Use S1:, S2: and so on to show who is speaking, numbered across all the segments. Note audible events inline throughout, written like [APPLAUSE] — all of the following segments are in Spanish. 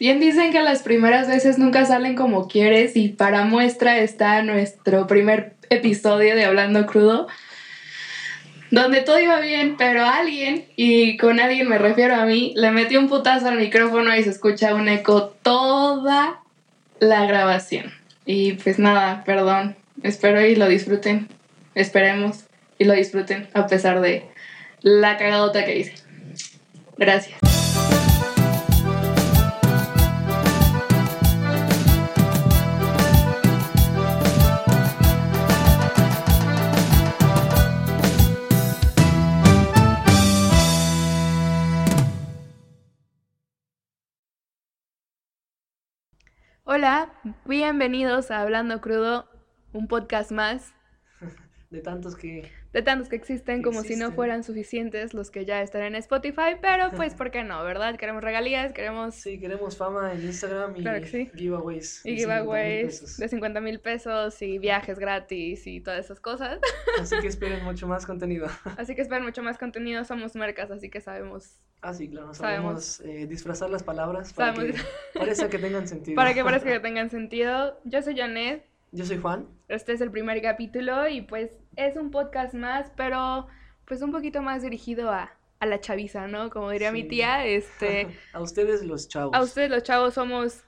S1: Bien dicen que las primeras veces nunca salen como quieres y para muestra está nuestro primer episodio de Hablando Crudo, donde todo iba bien, pero alguien, y con alguien me refiero a mí, le metió un putazo al micrófono y se escucha un eco toda la grabación. Y pues nada, perdón, espero y lo disfruten, esperemos y lo disfruten a pesar de la cagadota que hice. Gracias. Hola, bienvenidos a Hablando Crudo, un podcast más
S2: De tantos que.
S1: de tantos que existen
S2: Que
S1: como si no
S2: existen.
S1: fueran suficientes los que ya están en Spotify, pero pues ¿por qué no, verdad? Queremos regalías, queremos
S2: Sí, queremos fama en Instagram y
S1: Claro que sí.
S2: giveaways.
S1: y
S2: de 50,000
S1: giveaways
S2: pesos.
S1: de 50 mil pesos y viajes gratis y todas esas
S2: [LAUGHS]
S1: cosas.
S2: Así que esperen mucho más contenido. [LAUGHS]
S1: Así que esperen mucho más contenido, somos marcas, así que sabemos,
S2: Ah, sí, claro, sabemos,
S1: Sabemos.
S2: eh, disfrazar las palabras para
S1: Sabemos. [LAUGHS]
S2: que parezca que tengan sentido.
S1: para
S2: [LAUGHS]
S1: que parezca que tengan sentido. Yo soy Janet,
S2: Yo soy Juan.
S1: este es el primer capítulo y pues es un podcast más, pero pues un poquito más dirigido a, a la chaviza, ¿no? Como diría mi
S2: Sí.
S1: tía, este...
S2: [LAUGHS] A ustedes los chavos.
S1: A ustedes los chavos somos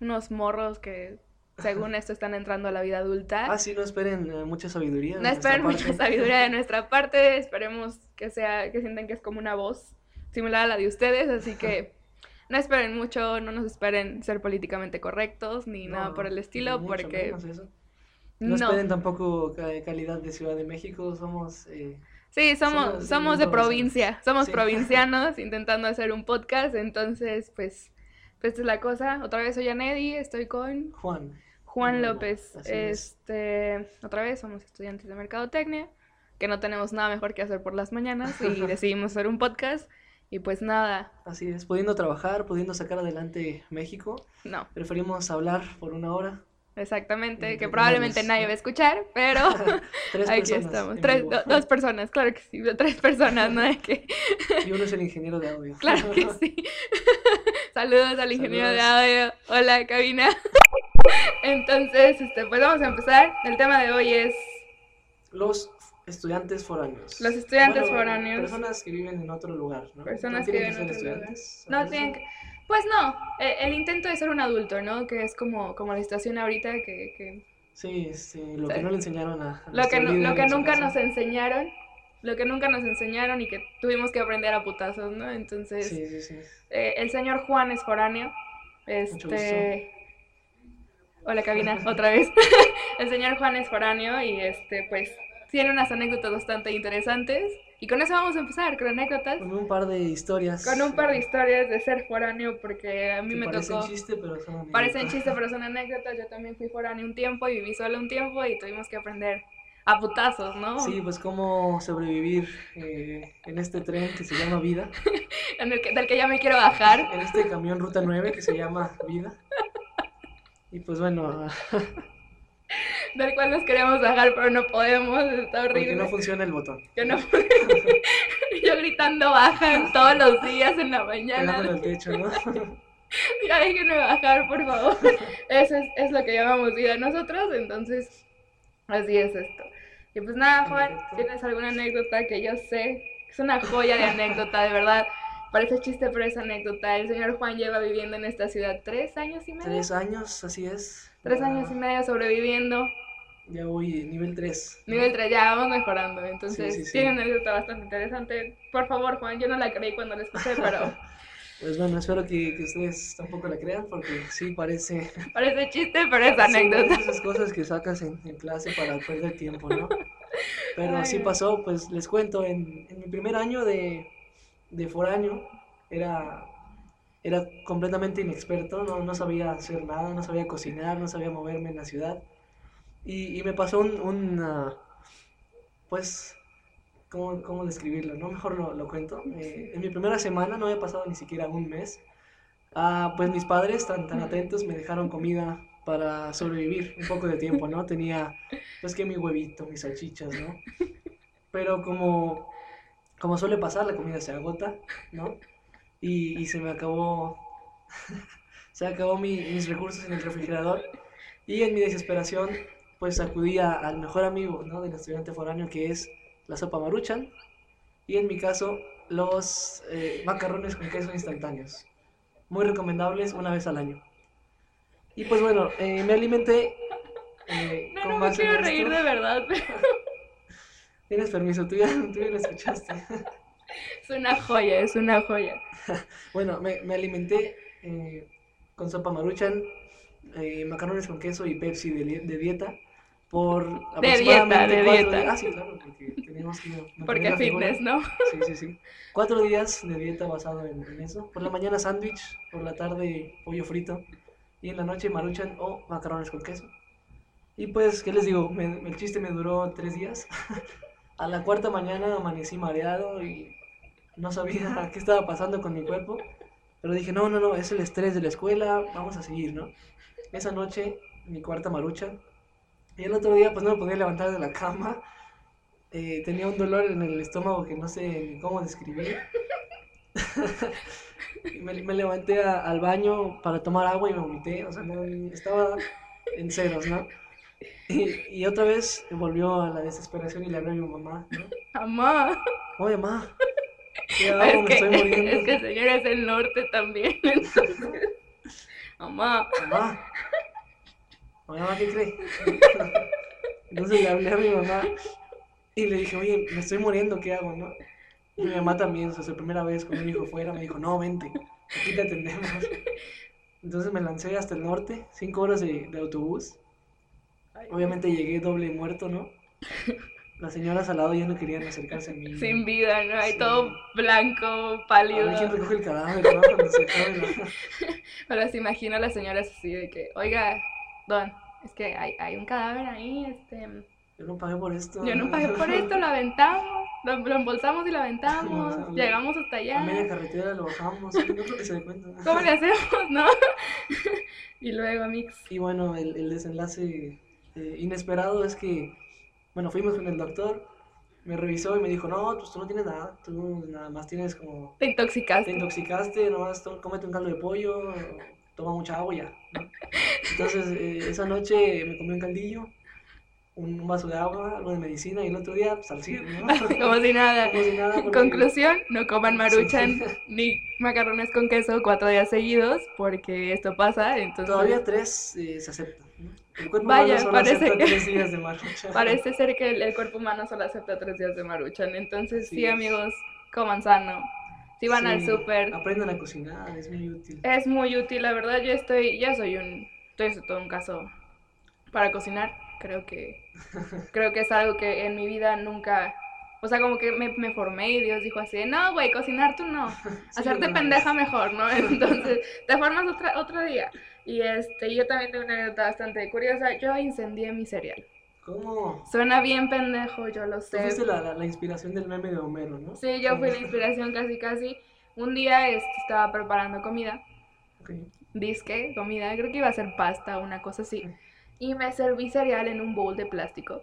S1: unos morros que según esto están entrando a la vida adulta.
S2: Ah, sí, no esperen eh, mucha sabiduría. de
S1: no
S2: nuestra
S1: esperen mucha
S2: parte. [LAUGHS]
S1: sabiduría de nuestra parte, esperemos que sea que sientan que es como una voz similar a la de ustedes, así que
S2: [LAUGHS]
S1: no esperen mucho, no nos esperen ser políticamente correctos ni nada por el estilo,
S2: ni mucho
S1: porque
S2: menos eso. No,
S1: no.
S2: esperen tampoco ca- calidad de Ciudad de México, somos... eh,
S1: Sí, somos
S2: somos
S1: somos de
S2: lindos,
S1: provincia, somos
S2: Sí.
S1: provincianos [LAUGHS] intentando hacer un podcast, entonces pues pues esta es la cosa. Otra vez soy Yanedi, estoy con
S2: Juan.
S1: Juan
S2: Nuevo,
S1: López,
S2: así es.
S1: este, otra vez somos estudiantes de mercadotecnia, que no tenemos nada mejor que hacer por las mañanas
S2: [LAUGHS]
S1: y decidimos hacer un podcast y pues nada,
S2: Así es, pudiendo trabajar, pudiendo sacar adelante México,
S1: no,
S2: preferimos hablar por una hora.
S1: exactamente, que
S2: Entre
S1: probablemente
S2: humanos,
S1: nadie
S2: ¿no?
S1: va a escuchar, pero
S2: [LAUGHS] Tres
S1: [LAUGHS] aquí
S2: personas
S1: estamos,
S2: en
S1: Tres-
S2: vivo.
S1: do- dos personas, claro que sí, [LAUGHS] tres personas, ¿no? De que,
S2: [LAUGHS] Y uno es el ingeniero de audio.
S1: claro que sí. [LAUGHS] Saludos al ingeniero
S2: Saludos.
S1: de audio, hola cabina. [LAUGHS] Entonces, este, pues vamos a empezar. El tema de hoy es
S2: [LAUGHS] Los estudiantes foráneos.
S1: Los estudiantes
S2: Bueno,
S1: foráneos.
S2: Personas que viven en otro lugar, ¿no?
S1: Personas
S2: No
S1: que
S2: tienen
S1: viven en
S2: ser
S1: otro lugar.
S2: estudiantes,
S1: No
S2: ¿sabes?
S1: tienen que- Pues no, eh, el intento de ser un adulto, ¿no? Que es como, como la situación ahorita, que, que-
S2: Sí, sí, lo
S1: Sí.
S2: que no le enseñaron a.
S1: lo,
S2: a
S1: que
S2: nuestro
S1: no-
S2: líder
S1: lo que
S2: en su
S1: nunca
S2: casa.
S1: nos enseñaron, lo que nunca nos enseñaron y que tuvimos que aprender a putazos, ¿no? Entonces,
S2: Sí, sí, sí.
S1: eh, el señor Juan es foráneo,
S2: Mucho
S1: este... Hola
S2: [LAUGHS]
S1: cabina, otra vez. [LAUGHS] el señor Juan es foráneo y este, pues, tiene unas anécdotas bastante interesantes. Y con eso vamos a empezar, con anécdotas.
S2: Con un par de historias.
S1: Con un par de
S2: eh,
S1: historias de ser foráneo, porque a mí
S2: que
S1: me
S2: parecen
S1: tocó...
S2: chiste, pero son anécdotas. [LAUGHS]
S1: Parecen chistes, pero son anécdotas. Yo también fui foránea un tiempo y viví sola un tiempo y tuvimos que aprender a putazos, ¿no?
S2: Sí, pues cómo sobrevivir eh, en este tren que se llama vida,
S1: En el que- del que ya me quiero bajar.
S2: en este camión ruta 9 que se llama vida. Y pues bueno,
S1: Del cual nos queremos bajar, pero no podemos. Está
S2: porque
S1: horrible.
S2: no funciona el botón.
S1: Que no- [LAUGHS] Yo gritando bajan todos los días en la mañana.
S2: Pegándole al techo, ¿no?
S1: [LAUGHS] Ya déjenme bajar, por favor. [LAUGHS] Eso es, es lo que llamamos vida nosotros. Entonces, así es esto. Y pues nada, Juan,
S2: Perfecto.
S1: ¿tienes alguna anécdota que yo sé? Es una joya de anécdota, de verdad. Parece chiste, pero es anécdota. El señor Juan lleva viviendo en esta ciudad tres años y medio. Tres,
S2: Tres años, así es. Ya-
S1: años y medio sobreviviendo.
S2: Ya voy en nivel 3.
S1: Nivel 3, ya vamos mejorando. Entonces,
S2: Sí, sí, sí.
S1: tiene una anécdota bastante interesante. Por favor, Juan, yo no la creí cuando la escuché, pero
S2: Pues bueno, espero que, que ustedes tampoco la crean porque sí parece...
S1: parece chiste, pero es
S2: sí
S1: anécdota.
S2: parece esas cosas que sacas en, en clase para perder tiempo, ¿no? Pero
S1: Ay,
S2: sí
S1: no.
S2: pasó, pues les cuento, en, en mi primer año de, de foráneo era, era completamente inexperto, no, no sabía hacer nada, no sabía cocinar, no sabía moverme en la ciudad. Y, y me pasó un, un, ah, pues, ¿cómo, cómo describirlo? No, mejor lo, lo cuento. Eh, en mi primera semana, no había pasado ni siquiera un mes, ah, pues mis padres, tan, tan atentos, me dejaron comida para sobrevivir un poco de tiempo, ¿no? Tenía, pues que mi huevito, mis salchichas, ¿no? Pero como, como suele pasar, la comida se agota, ¿no? Y, y se me acabó, [LAUGHS] se acabó mi- mis recursos en el refrigerador y en mi desesperación pues acudí a- al mejor amigo ¿no? del estudiante foráneo que es la sopa maruchan y en mi caso los eh, macarrones con queso instantáneos. Muy recomendables una vez al año. Y pues bueno, eh, me alimenté eh,
S1: [LAUGHS] No,
S2: con
S1: no me
S2: base en
S1: quiero
S2: esto.
S1: reír de verdad, [LAUGHS] pero
S2: Tienes permiso, tú ya, tú ya lo escuchaste.
S1: es una joya, es una joya.
S2: Bueno, me, me alimenté eh, con sopa maruchan, eh, macarrones con queso y Pepsi de, li- de dieta por aproximadamente
S1: dieta, de
S2: cuatro
S1: dieta.
S2: días. Ah, sí, claro, porque teníamos que mantener
S1: Porque
S2: la figura.
S1: fitness, ¿no?
S2: Sí, sí, sí. Cuatro días de dieta basado en, en eso. Por la mañana sándwich, por la tarde pollo frito y en la noche maruchan o macarrones con queso. Y pues, ¿qué les digo? Me- el chiste me duró tres días. [LAUGHS] A la cuarta mañana amanecí mareado y no sabía qué estaba pasando con mi cuerpo. Pero dije, no, no, no, es el estrés de la escuela, vamos a seguir, ¿no? Esa noche, mi cuarta maruchan. Y el otro día, pues no me podía levantar de la cama. Eh, tenía un dolor en el estómago que no sé ni cómo describir. [LAUGHS] Y me, me levanté a- al baño para tomar agua y me vomité. O sea, no, estaba en ceros, ¿no? Y, y otra vez volvió a la desesperación y le hablé a mi mamá, ¿no?
S1: Mamá.
S2: Oye, mamá, ¿qué hago?
S1: Es
S2: me
S1: que,
S2: estoy
S1: [LAUGHS]
S2: muriendo.
S1: es que señora es el norte también, [LAUGHS] entonces. Mamá.
S2: mamá, oye, mamá, ¿qué cree? Entonces le hablé a mi mamá y le dije, oye, me estoy muriendo, ¿qué hago, no? Y mi mamá también, o sea, su primera vez con un hijo fuera, me dijo, no, vente, aquí te atendemos. Entonces me lancé hasta el norte, cinco horas de, de autobús. Obviamente llegué doble muerto, ¿no? Las señoras al lado ya no querían acercarse a mí.
S1: Sin vida, ¿no? Hay
S2: Sí.
S1: todo blanco,
S2: A ver quién
S1: pálido.
S2: recoge el cadáver, ¿no? Cuando se acabe la-
S1: Pero se imagina a las señoras así de que, oiga, don, es que hay, hay un cadáver ahí, este.
S2: Yo no pagué por esto.
S1: Yo no pagué por esto, lo aventamos, lo, lo embolsamos y lo aventamos, llegamos hasta
S2: [LAUGHS] A media
S1: allá.
S2: carretera lo bajamos. No creo que se dé cuenta.
S1: ¿Cómo le hacemos, no? [LAUGHS] Y luego, mix.
S2: Y bueno, el, el desenlace eh, inesperado es que, bueno, fuimos con el doctor, me revisó y me dijo, no, pues tú no tienes nada, tú nada más tienes como,
S1: Te
S2: te
S1: intoxicaste.
S2: intoxicaste, nomás to- cómete un caldo de pollo, toma mucha agua ya. ¿no? Entonces, eh, esa noche me comí un caldillo, un, un vaso de agua, algo de medicina y el otro día, pues al cielo, ¿no?
S1: [LAUGHS] Como si nada.
S2: Como si nada, porque-
S1: Conclusión, no coman maruchan
S2: Sí.
S1: ni macarrones con queso cuatro días seguidos porque esto pasa, entonces
S2: Todavía tres eh, se aceptan. ¿no? El cuerpo
S1: Vaya,
S2: humano solo
S1: parece
S2: acepta
S1: que-
S2: tres días de
S1: [LAUGHS]
S2: marucha. [LAUGHS]
S1: parece ser que el, el cuerpo humano solo acepta tres días de maruchan, entonces sí,
S2: Así es.
S1: amigos, coman sano, si van al
S2: Sí,
S1: súper, Eh,
S2: Aprendan a cocinar, es muy útil.
S1: es muy útil, la verdad yo estoy, ya soy un, estoy soy todo un caso para cocinar, creo
S2: [LAUGHS]
S1: que, creo que es algo que en mi vida nunca, o sea como que me, me formé y Dios dijo así, no güey, cocinar tú no.
S2: [LAUGHS] Sí,
S1: hacerte
S2: bueno,
S1: pendeja mejor,
S2: [LAUGHS]
S1: ¿no? Entonces, te formas otra, otro día. Y este, yo también tengo una anécdota bastante curiosa. Yo incendié mi cereal.
S2: ¿Cómo?
S1: Suena bien pendejo, yo lo
S2: Tú
S1: sé.
S2: fuiste la, la, la inspiración del meme de Homero, ¿no?
S1: Este- Sí, yo
S2: [LAUGHS]
S1: fui la inspiración casi casi. Un día este, estaba preparando comida,
S2: Ok.
S1: disque, comida, creo que iba a ser pasta o una cosa así. Y me serví cereal en un bowl de plástico.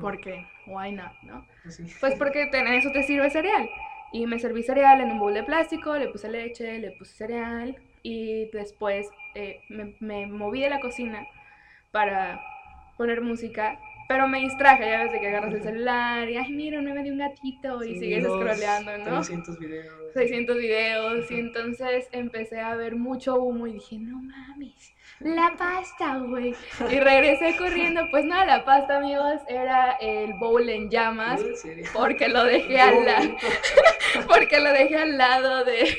S1: Porque, why not, ¿no?
S2: Así.
S1: Pues porque en eso te sirve cereal. Y me serví cereal en un bowl de plástico, le puse leche, le puse cereal y después eh, me, me moví de la cocina para poner música, pero me distraje, ya ves de que agarras el celular y, ay, mira, un meme de un gatito y
S2: Sí,
S1: sigues
S2: dos,
S1: scrolleando, ¿no?
S2: 300 videos.
S1: 600 videos y entonces empecé a ver mucho humo y dije, no mames, la pasta, güey. Y regresé corriendo, pues nada, la pasta, amigos, era el bowl en llamas
S2: ¿En serio?
S1: porque lo dejé al la- [LAUGHS] porque lo dejé al lado de,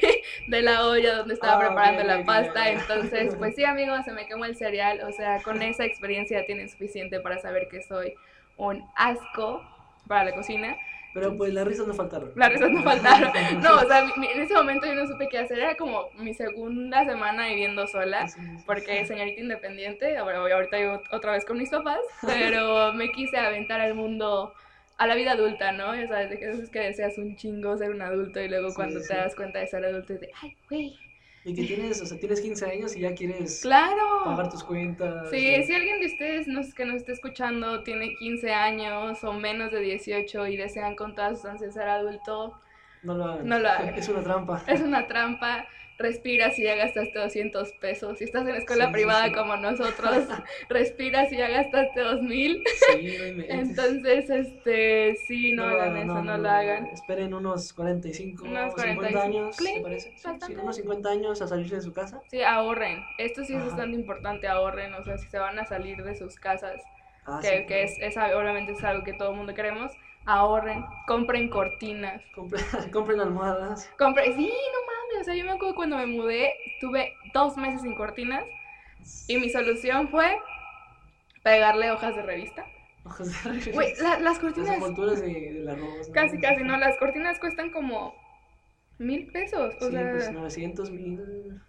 S1: de la olla donde estaba
S2: Ah,
S1: preparando
S2: ok,
S1: la
S2: ok,
S1: pasta.
S2: ya, ya.
S1: Entonces, pues sí, amigos, se me quemó el cereal. O sea, con esa experiencia tienen suficiente para saber que soy un asco para la cocina.
S2: Pero pues las risas no faltaron.
S1: Las risas
S2: [LAUGHS]
S1: no faltaron. No, o sea, mi- mi- en ese momento yo no supe qué hacer. Era como mi segunda semana viviendo sola
S2: Sí, sí, sí.
S1: porque señorita independiente, ahora voy ahorita yo otra vez con mis
S2: [LAUGHS]
S1: papás, pero me quise aventar al mundo, a la vida adulta, ¿no? Ya sabes, de que eso es que deseas un chingo ser un adulto y luego
S2: Sí,
S1: cuando
S2: sí.
S1: te das cuenta de ser adulto es de, ay, güey,
S2: Y que tienes, o sea, tienes 15 años y ya quieres pagar
S1: claro.
S2: tus cuentas.
S1: Sí, si alguien de ustedes nos, que nos esté escuchando tiene 15 años o menos de 18 y desean con todas sus ansias ser adulto,
S2: No lo hagan.
S1: No lo hagan.
S2: Es una trampa.
S1: [LAUGHS] Es una trampa. Respiras y ya gastaste 200 pesos. Si estás en escuela
S2: Sí, sí,
S1: privada
S2: sí.
S1: como nosotros,
S2: [LAUGHS]
S1: respiras y ya gastaste 2000.
S2: Sí, no inventes.
S1: Entonces, este, sí, no,
S2: lo
S1: hagan eso, no, lo hagan.
S2: Esperen unos 45
S1: Unos
S2: o 50 años,
S1: ¡Cling!
S2: ¿te parece? Sí,
S1: Faltan
S2: sí,
S1: como-
S2: unos 50 años a salir de su casa.
S1: Sí, ahorren. Esto sí es
S2: Ajá.
S1: bastante importante, ahorren. O sea, si se van a salir de sus casas,
S2: Ah,
S1: que,
S2: sí,
S1: que es, es obviamente es algo que todo el mundo queremos, ahorren, compren cortinas.
S2: Compren, [LAUGHS] compren almohadas.
S1: Compré, sí, no mames, o sea, yo me acuerdo cuando me mudé, tuve dos meses sin cortinas y mi solución fue pegarle hojas de revista.
S2: Ojos de reyes.
S1: Güey, la- las
S2: [LAUGHS] Las
S1: cortinas,
S2: envolturas de, de la ropa.
S1: casi, casi, no, las cortinas cuestan como mil pesos, o
S2: Sí,
S1: sea,
S2: pues 900 mil.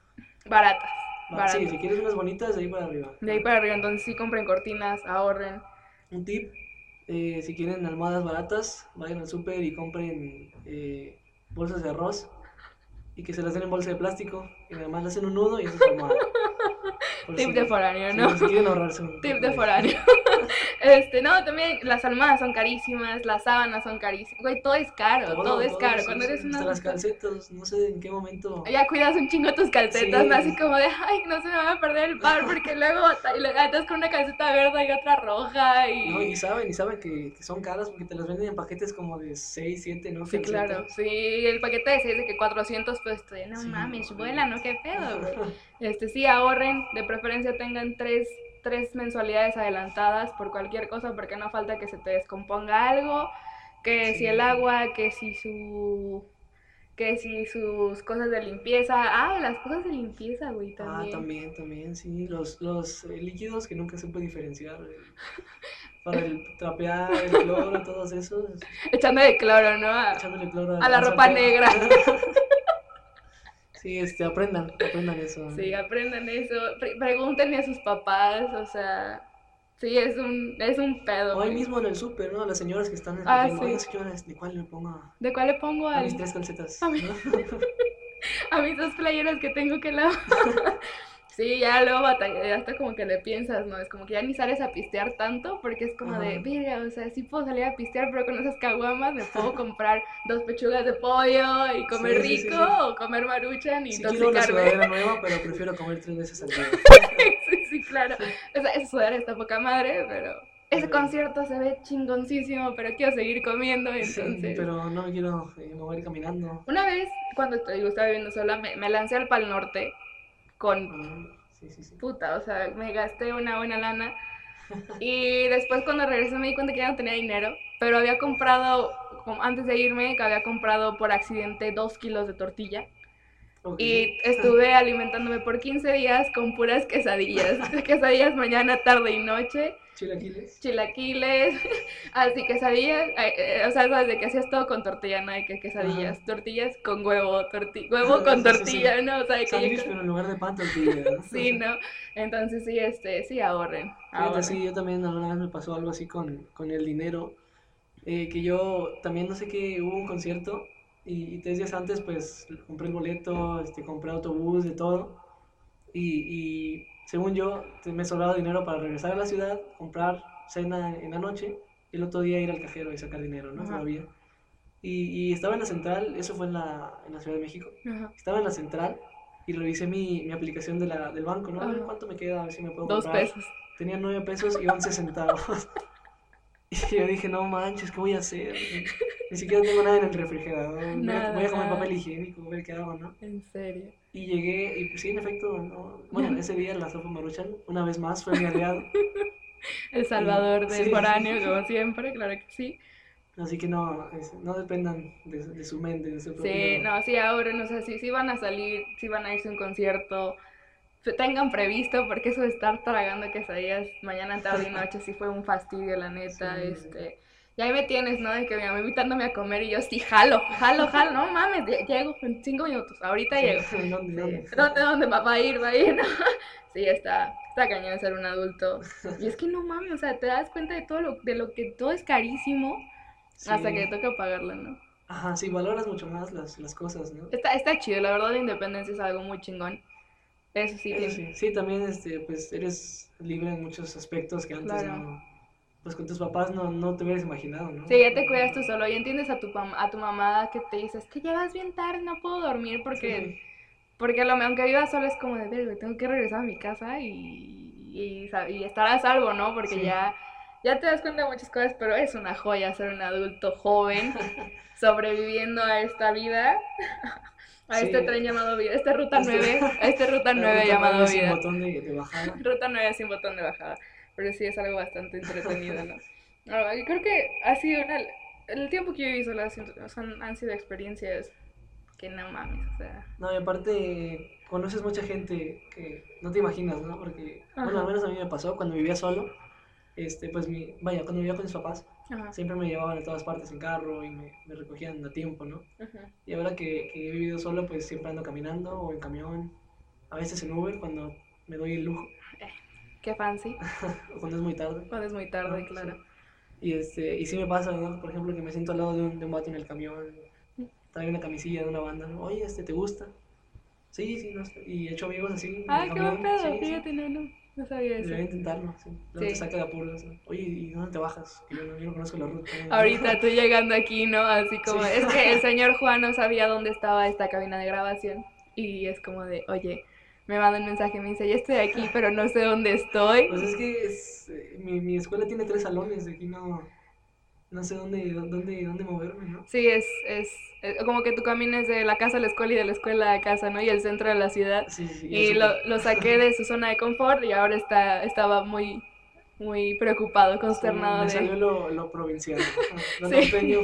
S1: baratas,
S2: Ah, Sí,
S1: baratas.
S2: si quieres unas bonitas, de ahí para arriba.
S1: De ahí para arriba, entonces sí compren cortinas, ahorren.
S2: Un tip, eh, si quieren almohadas baratas, vayan al súper y compren eh, bolsas de arroz y que se las den en bolsa de plástico y nada más le hacen un nudo y eso es su almohada.
S1: [LAUGHS]
S2: Por
S1: Tip
S2: si-
S1: de foráneo,
S2: si
S1: ¿no?
S2: Si quieren ahorrarse
S1: [LAUGHS]
S2: un
S1: Tip
S2: poco
S1: de foráneo. Este, no, también las almohadas son carísimas, las sábanas son carísimas. Güey, todo es caro, todo, es
S2: todo,
S1: caro.
S2: sí,
S1: Cuando
S2: sí,
S1: eres una
S2: Hasta las calcetas, no sé en qué momento...
S1: Ya cuidas un chingo tus calcetas,
S2: Sí.
S1: ¿no? así como de, ay, no se me va a perder el par, porque luego ta- y le- andas con una calceta verde y otra roja y...
S2: No, y saben, y saben que, que son caras porque te las venden en paquetes como de 6, 7, ¿no?
S1: sí,
S2: Calcetas.
S1: claro, sí, el paquete de 6 de que 400, pues, te- no
S2: Sí,
S1: mames,
S2: no,
S1: vuela, ¿no? Qué pedo,
S2: [LAUGHS]
S1: güey. Este, sí, ahorren, de preferencia tengan tres, tres mensualidades adelantadas por cualquier cosa, porque no falta que se te descomponga algo, que si
S2: Sí.
S1: el agua, que si su... que si sus cosas de limpieza... Ah, las cosas de limpieza, güey,
S2: Ah, también, también, sí. Los, los eh, líquidos que nunca supe diferenciar. eh, Para el trapear, el cloro, todos esos.
S1: [LAUGHS] Echando de cloro, ¿no?
S2: Echándole cloro
S1: A la ropa
S2: sartén.
S1: negra.
S2: Sí, este, aprendan, aprendan eso.
S1: Sí, aprendan eso. Pre- pregúntenle a sus papás, o sea, sí, es un, es un pedo.
S2: O ahí
S1: güey.
S2: mismo en el súper, ¿no? Las señoras que están
S1: Ah,
S2: escogiendo,
S1: sí.
S2: "Oiga, señora, este, ¿cuál le pongo a,
S1: ¿De cuál le pongo
S2: a
S1: al-
S2: mis tres calcetas?
S1: a mí.
S2: ¿no?
S1: [LAUGHS] a mis dos playeras que tengo que lavar? [LAUGHS] sí, ya luego batalla, hasta como que le piensas, ¿no? Es como que ya ni sales a pistear tanto porque es como de,
S2: Ajá.
S1: mira, o sea, sí puedo salir a pistear, pero con esas caguamas me puedo comprar dos pechugas de pollo y comer
S2: Sí, sí, sí,
S1: rico
S2: sí.
S1: o comer maruchan y
S2: Sí quiero una
S1: intoxicarme.
S2: sudadera nueva, pero prefiero comer tres veces
S1: [LAUGHS]
S2: al día.
S1: sí, sí, claro. O sea, esa sudadera está poca madre, pero ese
S2: Pero-
S1: concierto se ve chingoncísimo, pero quiero seguir comiendo,
S2: Sí,
S1: entonces...
S2: pero no me quiero eh, mover caminando.
S1: Una vez, cuando te digo, estaba viviendo sola, me, me lancé al Pal Norte con
S2: Ah, sí, sí, sí.
S1: puta, o sea, me gasté una buena
S2: [LAUGHS]
S1: lana. Y después cuando regresé me di cuenta que ya no tenía dinero, pero había comprado, como antes de irme, que había comprado por accidente dos kilos de tortilla.
S2: Ok.
S1: Y estuve alimentándome por 15 días con puras quesadillas.
S2: [LAUGHS]
S1: quesadillas mañana, tarde y noche
S2: Chilaquiles.
S1: chilaquiles, [LAUGHS] así quesadillas, eh, eh, o sea, sabes de que hacías todo con tortilla, ¿no? De que quesadillas, tortillas con huevo, torti- huevo
S2: Ajá,
S1: con
S2: Ah, sí, sí, sí.
S1: tortilla, ¿no? O sea, de que
S2: Sándwich,
S1: yo-
S2: pero en lugar de pan,
S1: [LAUGHS]
S2: tortilla. ¿no?
S1: sí,
S2: [LAUGHS]
S1: ¿no? Ah, Entonces sí, este, sí ahorren,
S2: Fíjate,
S1: ahorren.
S2: sí, yo también alguna vez me pasó algo así con, con el dinero, eh, que yo también no sé qué, hubo un concierto y, y tres días antes pues compré el boleto, este, compré autobús, de todo, y, y según yo te- me sobraba dinero para regresar a la ciudad, comprar cena en la noche y el otro día ir al cajero y sacar dinero, ¿no?
S1: Ajá.
S2: Todavía. Y, y estaba en la central, eso fue en la, en la Ciudad de México,
S1: Ajá.
S2: estaba en la central y revisé mi, mi aplicación de la, del banco, ¿no? A ver
S1: Ajá.
S2: cuánto me queda, a ver si me puedo
S1: Dos
S2: comprar
S1: pesos.
S2: tenía 9 pesos y 11 centavos. [LAUGHS] Y yo dije, no manches, ¿qué voy a hacer? Ni siquiera tengo nada en el refrigerador. Voy a-
S1: Nada,
S2: voy a comer
S1: nada.
S2: papel higiénico, a ver qué hago, ¿no?
S1: En serio.
S2: Y llegué, y pues, sí, en efecto, no. Bueno, ese día la sopa maruchan, una vez más, fue mi aliado.
S1: El Salvador del
S2: Sí.
S1: foráneo, como siempre, claro que sí.
S2: Así que no, es- no dependan de, su- de su mente, de su
S1: Sí,
S2: propio- [LAUGHS]
S1: no, sí ahorren, o sea, sí, sí van a salir, sí van a irse a un concierto, se- tengan previsto, porque eso de estar tragando quesadillas mañana,
S2: [LAUGHS]
S1: tarde y noche sí fue un fastidio, la neta,
S2: Sí.
S1: este, y ahí me tienes, ¿no? De que mi mamá invitándome a comer y yo sí, jalo, jalo, jalo, no mames, lle- llego en cinco minutos, ahorita llego.
S2: Sí, ¿dónde,
S1: Sí,
S2: dónde?
S1: no sé dónde va va a ir, va a ir, ¿no? [LAUGHS] Sí, está, está cañón ser un adulto. Y es que no mames, o sea, te das cuenta de todo lo, de lo que todo es carísimo
S2: Sí.
S1: hasta que te toca pagarlo, ¿no?
S2: Ajá, sí, valoras mucho más las, las cosas, ¿no?
S1: Está, está chido, la verdad la independencia es algo muy chingón. Eso sí,
S2: Eso
S1: tiene-
S2: Eh, sí. Sí, también este, pues eres libre en muchos aspectos que antes
S1: Claro.
S2: no, pues con tus papás no, no te hubieras imaginado, ¿no?
S1: Sí, ya te cuidas tú solo, ya entiendes a tu, pam- a tu mamá que te dices, te llevas bien tarde, no puedo dormir porque...
S2: Sí.
S1: Porque lo, aunque viva solo es como de verga, tengo que regresar a mi casa y, y, sa- y estar a salvo, ¿no? Porque
S2: Sí.
S1: ya, ya te das cuenta de muchas cosas, pero es una joya ser un adulto
S2: [LAUGHS]
S1: joven sobreviviendo a esta vida, [LAUGHS] a este
S2: Sí.
S1: tren llamado vida, esta ruta
S2: Este-
S1: 9,
S2: [LAUGHS]
S1: a esta ruta
S2: La
S1: 9
S2: ruta
S1: llamado
S2: nueve sin
S1: vida.
S2: botón de, de bajada.
S1: Ruta 9 sin botón de bajada. Pero sí es algo bastante entretenido, ¿no? [LAUGHS] Ahora, yo creo que ha sido una. El tiempo que yo viví sola ha sido- son, han sido experiencias que no mames, o sea.
S2: No, y aparte conoces mucha gente que no te imaginas, ¿no? Porque, bueno,
S1: Ajá.
S2: al menos a mí me pasó cuando vivía solo. Este, pues mi, vaya, cuando vivía con mis papás,
S1: Ajá,
S2: siempre me llevaban a todas partes en carro y me, me recogían a tiempo, ¿no?
S1: ajá.
S2: Y ahora que, que he vivido solo, pues siempre ando caminando o en camión, a veces en Uber cuando me doy el lujo,
S1: Qué fancy.
S2: o cuando es muy tarde.
S1: Cuando es muy tarde,
S2: ¿no?
S1: claro.
S2: Ah, Sí. Y, este, y sí me pasa, ¿no? Por ejemplo, que me siento al lado de un, de un vato en el camión, trae una camisilla de una banda, ¿no? Oye, este, ¿te gusta? Sí, sí, no sé. Y he hecho amigos así. en el
S1: Ay, qué buen
S2: camión.
S1: pedo.
S2: Sí, sí.
S1: Fíjate, no, no. No sabía eso.
S2: Debería intentarlo, sí. No
S1: Sí.
S2: te saca de apuros. ¿no? Oye, ¿y dónde te bajas? Que yo no, yo no conozco la ruta.
S1: [LAUGHS]
S2: ¿no?
S1: Ahorita tú llegando aquí, ¿no? Así como,
S2: Sí.
S1: es que el señor Juan no sabía dónde estaba esta cabina de grabación. Y es como de, oye, me manda un mensaje, me dice, ya estoy aquí, pero no sé dónde estoy.
S2: [LAUGHS] Pues es que es, eh, mi, mi escuela tiene tres salones, de aquí no, no sé dónde, dónde, dónde moverme, ¿no?
S1: Sí, es, es, es como que tú camines de la casa a la escuela y de la escuela a la casa, ¿no? Y el centro de la ciudad.
S2: Sí, sí, sí,
S1: Y
S2: eso-
S1: lo, lo saqué de su zona de confort y ahora está, estaba muy, muy preocupado, consternado
S2: Me salió
S1: de,
S2: lo, lo provincial,
S1: [LAUGHS]
S2: ¿no? lo
S1: Sí.
S2: norteño.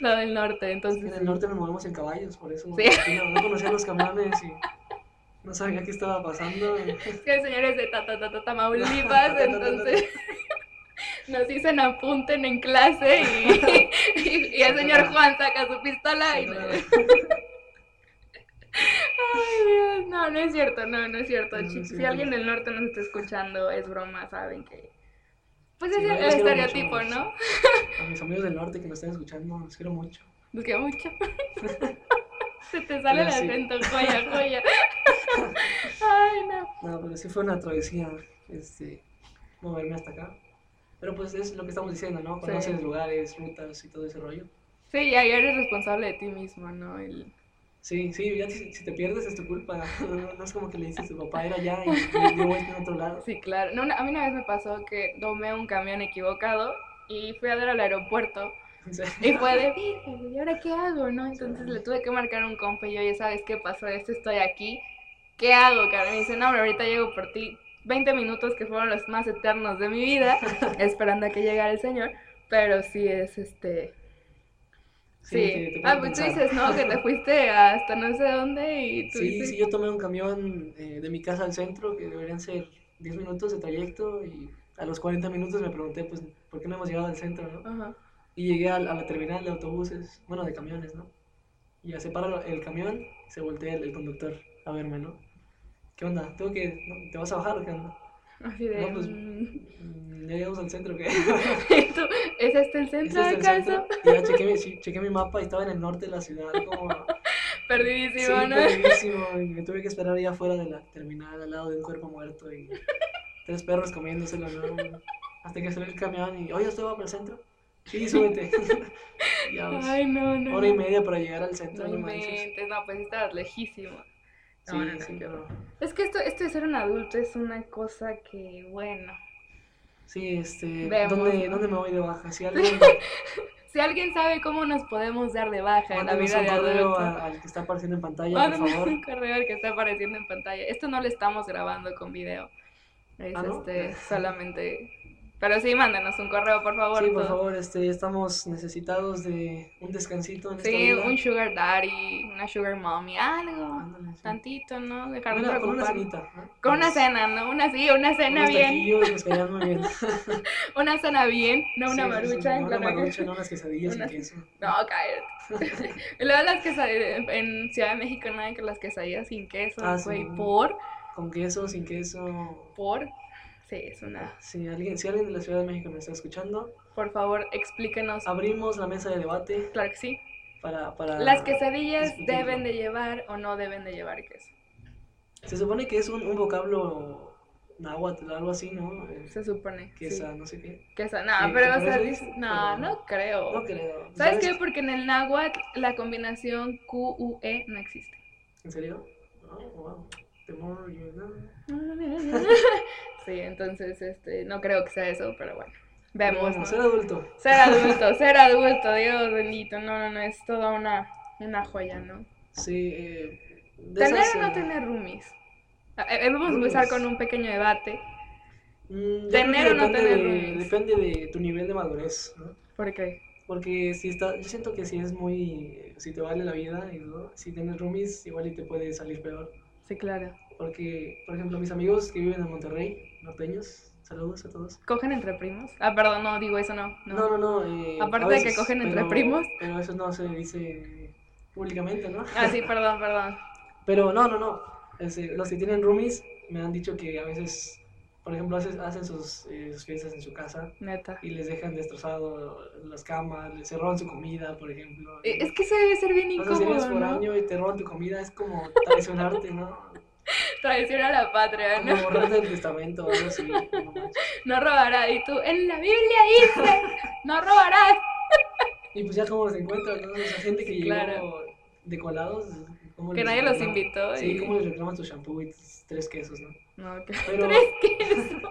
S1: lo del norte. Entonces,
S2: En el norte nos movemos en caballos, por eso
S1: Sí.
S2: aquí no, no conocía los camiones y no sabía qué
S1: [LAUGHS]
S2: estaba pasando.
S1: Es que el señor es de ta, ta, [LAUGHS] ta, ta, Tamaulipas, entonces [LAUGHS] nos dicen apunten en clase y, [LAUGHS] y- y el señor Juan saca su pistola y... Ay, Dios, no, no es cierto, no, no es cierto.
S2: No, no es
S1: chi- Si
S2: cierto.
S1: alguien del norte nos está escuchando, es broma, saben que... Pues es
S2: Sí,
S1: el
S2: los quiero
S1: estereotipo,
S2: mucho,
S1: ¿no?
S2: A mis amigos del norte que nos están escuchando, los quiero mucho.
S1: Los quiero mucho. [LAUGHS] Se te sale el
S2: Pero sí.
S1: acento, joya, joya. [LAUGHS] Ay, no.
S2: No, pero sí fue una travesía, este, moverme hasta acá. Pero pues es lo que estamos diciendo, ¿no?
S1: Sí.
S2: Conoces lugares, rutas y todo ese rollo.
S1: Sí, ya, ya eres responsable de ti mismo, ¿no? El...
S2: Sí, sí, ya si, si te pierdes es tu culpa. [LAUGHS] No, no es como que le dices a tu papá, era allá y yo voy a otro lado. [LAUGHS]
S1: Sí, claro. No, una- a mí una vez me pasó que tomé un camión equivocado y fui a dar al aeropuerto
S2: O sea, [LAUGHS]
S1: y fue de, "Virgen, ¿y ahora qué hago? no Entonces le tuve que marcar un compa y yo, ya sabes qué pasó, esto estoy aquí, ¿qué hago? Cara? Me dice, no, hombre, ahorita llego por ti. 20 minutos que fueron los más eternos de mi
S2: [LAUGHS]
S1: vida, esperando a que llegara el señor, pero sí es este... Sí,
S2: te- te pone
S1: ah,
S2: a
S1: pues tú
S2: pensar.
S1: dices, no, que te fuiste hasta no sé dónde y tú
S2: Sí,
S1: dices,
S2: sí, yo tomé un camión eh, de mi casa al centro, que deberían ser 10 minutos de trayecto, y a los 40 minutos me pregunté, pues, ¿por qué no hemos llegado al centro, no?
S1: Ajá.
S2: Y llegué al- a, la terminal de autobuses, bueno, de camiones, ¿no? Y ya se para el camión, se voltea el, el conductor a verme, ¿no? ¿Qué onda? ¿Tengo que, no, ¿Te vas a bajar o qué onda?
S1: Así de...
S2: No, pues,
S1: "Mm". [LAUGHS]
S2: Mm, ¿Ya llegamos al centro o qué? [LAUGHS]
S1: ¿Y tú, ¿Es este el
S2: ¿Este
S1: centro
S2: es
S1: de
S2: el
S1: acaso?
S2: centro? Y ya chequé mi, sí, chequé mi mapa y estaba en el norte de la ciudad, como...
S1: Perdidísimo,
S2: Sí,
S1: ¿no?
S2: perdidísimo, y me tuve que esperar allá afuera de la terminal, al lado de un cuerpo muerto y tres perros comiéndoselo, ¿no? Hasta que salió el camión y, oye, ¿usted va para el centro? Sí, súbete. [LAUGHS] ya, pues,
S1: Ay, no, no.
S2: hora y
S1: no.
S2: media para llegar al
S1: No
S2: centro, no manches.
S1: inventes, no, pues estabas lejísimo. No,
S2: Sí,
S1: no, no,
S2: sí,
S1: qué horror.
S2: pero-
S1: Es que esto, esto de ser un adulto es una cosa que, bueno.
S2: Sí, este,
S1: Vemos,
S2: ¿dónde,
S1: ¿no?
S2: ¿dónde me voy de baja?
S1: [LAUGHS]
S2: Si alguien,
S1: Si alguien sabe cómo nos podemos dar de baja en la
S2: mándenos
S1: vida
S2: un
S1: de
S2: correo
S1: adulto, Ah,
S2: a- al que está apareciendo en pantalla, por
S1: mándenos
S2: favor.
S1: un correo al que está apareciendo en pantalla. Esto no lo estamos grabando con video. Es
S2: ¿Ah, no?
S1: este, solamente. Pero sí, mándenos un correo, por favor.
S2: Sí, por
S1: tú.
S2: favor, este, estamos necesitados de un descansito en
S1: Sí,
S2: esta vida.
S1: un sugar daddy, una sugar mommy, algo.
S2: Ándale, Ah, sí.
S1: Tantito, ¿no? Dejarnos
S2: Mira, con una
S1: preocupar.
S2: cenita. ¿no?
S1: Con una cena, ¿no? Una sí, una cena
S2: unos
S1: bien.
S2: taquillos, nos caían
S1: [LAUGHS]
S2: muy bien.
S1: Una cena bien, no una
S2: Sí, sí, sí,
S1: marucha. en
S2: no, una
S1: plan acá.
S2: marucha, no unas quesadillas
S1: Unas-
S2: sin queso.
S1: No, cállate. [LAUGHS] Y Luego las quesadillas, en Ciudad de México nada que las quesadillas sin queso,
S2: Ah, sí.
S1: güey, por,
S2: Con queso, sin queso.
S1: por. Sí, es una.
S2: Si alguien, si alguien de la Ciudad de México nos está escuchando,
S1: Por favor, explíquenos.
S2: Ah. abrimos la mesa de debate
S1: Claro que sí.
S2: para. para
S1: Las quesadillas
S2: discutirlo.
S1: deben de llevar o no deben de llevar queso.
S2: Se supone que es un, un vocablo náhuatl, algo así, ¿no? Eh,
S1: Se supone.
S2: que
S1: sí.
S2: esa, no sé qué.
S1: Que esa- no,
S2: Sí,
S1: pero o
S2: por
S1: sea,
S2: eso
S1: dice-
S2: dice,
S1: no,
S2: pero-
S1: no creo.
S2: No creo.
S1: ¿Sabes qué? Porque en el náhuatl la combinación QUE no existe.
S2: ¿En serio? No, wow. Temor, you know.
S1: Sí, entonces este, no creo que sea eso, pero bueno.
S2: Pero
S1: Vemos.
S2: bueno,
S1: ¿no?
S2: ser adulto.
S1: Ser adulto, ser adulto, Dios bendito. No, no, no, es toda una, una joya, ¿no?
S2: Sí. Eh, de
S1: ¿Tener
S2: esas,
S1: o no
S2: eh,
S1: tener roomies? Ah, eh, Vamos a empezar
S2: Roomies.
S1: con un pequeño debate,
S2: mm, yo creo que
S1: ¿tener o no
S2: depende
S1: tener
S2: de-
S1: roomies?
S2: Depende de tu nivel de madurez, ¿no?
S1: porque
S2: Porque si está, yo siento que si es muy, eh, si te vale la vida, y todo, si tienes roomies, igual y te puede salir peor.
S1: Sí, claro.
S2: Porque, por ejemplo, mis amigos que viven en Monterrey, norteños, saludos a todos.
S1: ¿Cogen entre primos? Ah, perdón, no, digo eso no. No,
S2: No, no, no. eh,
S1: Aparte
S2: a
S1: de que cogen entre
S2: pero-
S1: primos.
S2: Pero eso no se dice eh, públicamente, ¿no?
S1: Ah, sí, perdón, perdón.
S2: Pero no, no, no. Este, los que tienen roomies me han dicho que a veces, por ejemplo, haces- hacen sus, eh, sus fiestas en su casa
S1: Neta.
S2: y les dejan destrozado las camas, les se roban su comida, por ejemplo.
S1: Eh, Es que eso debe ser bien
S2: Entonces vienes
S1: incómodo,
S2: por
S1: ¿no?
S2: año y te roban tu comida, es como
S1: [LAUGHS]
S2: traicionarte, ¿no?
S1: Traición a la patria,
S2: Como
S1: Ah, ¿no?
S2: borrarte el testamento o algo así. no manches.
S1: No robarás. Y tú, en la Biblia dice, no robarás.
S2: Y pues ya como los encuentran, ¿no? O sea, gente que
S1: Sí,
S2: llegó
S1: claro.
S2: de colados. ¿cómo
S1: Que
S2: les
S1: nadie los
S2: reclama?
S1: invitó.
S2: Sí,
S1: y-
S2: cómo les reclaman tu shampoo y tus tres
S1: [LAUGHS]
S2: quesos, ¿no?
S1: No, que...
S2: Pero...
S1: Tres quesos.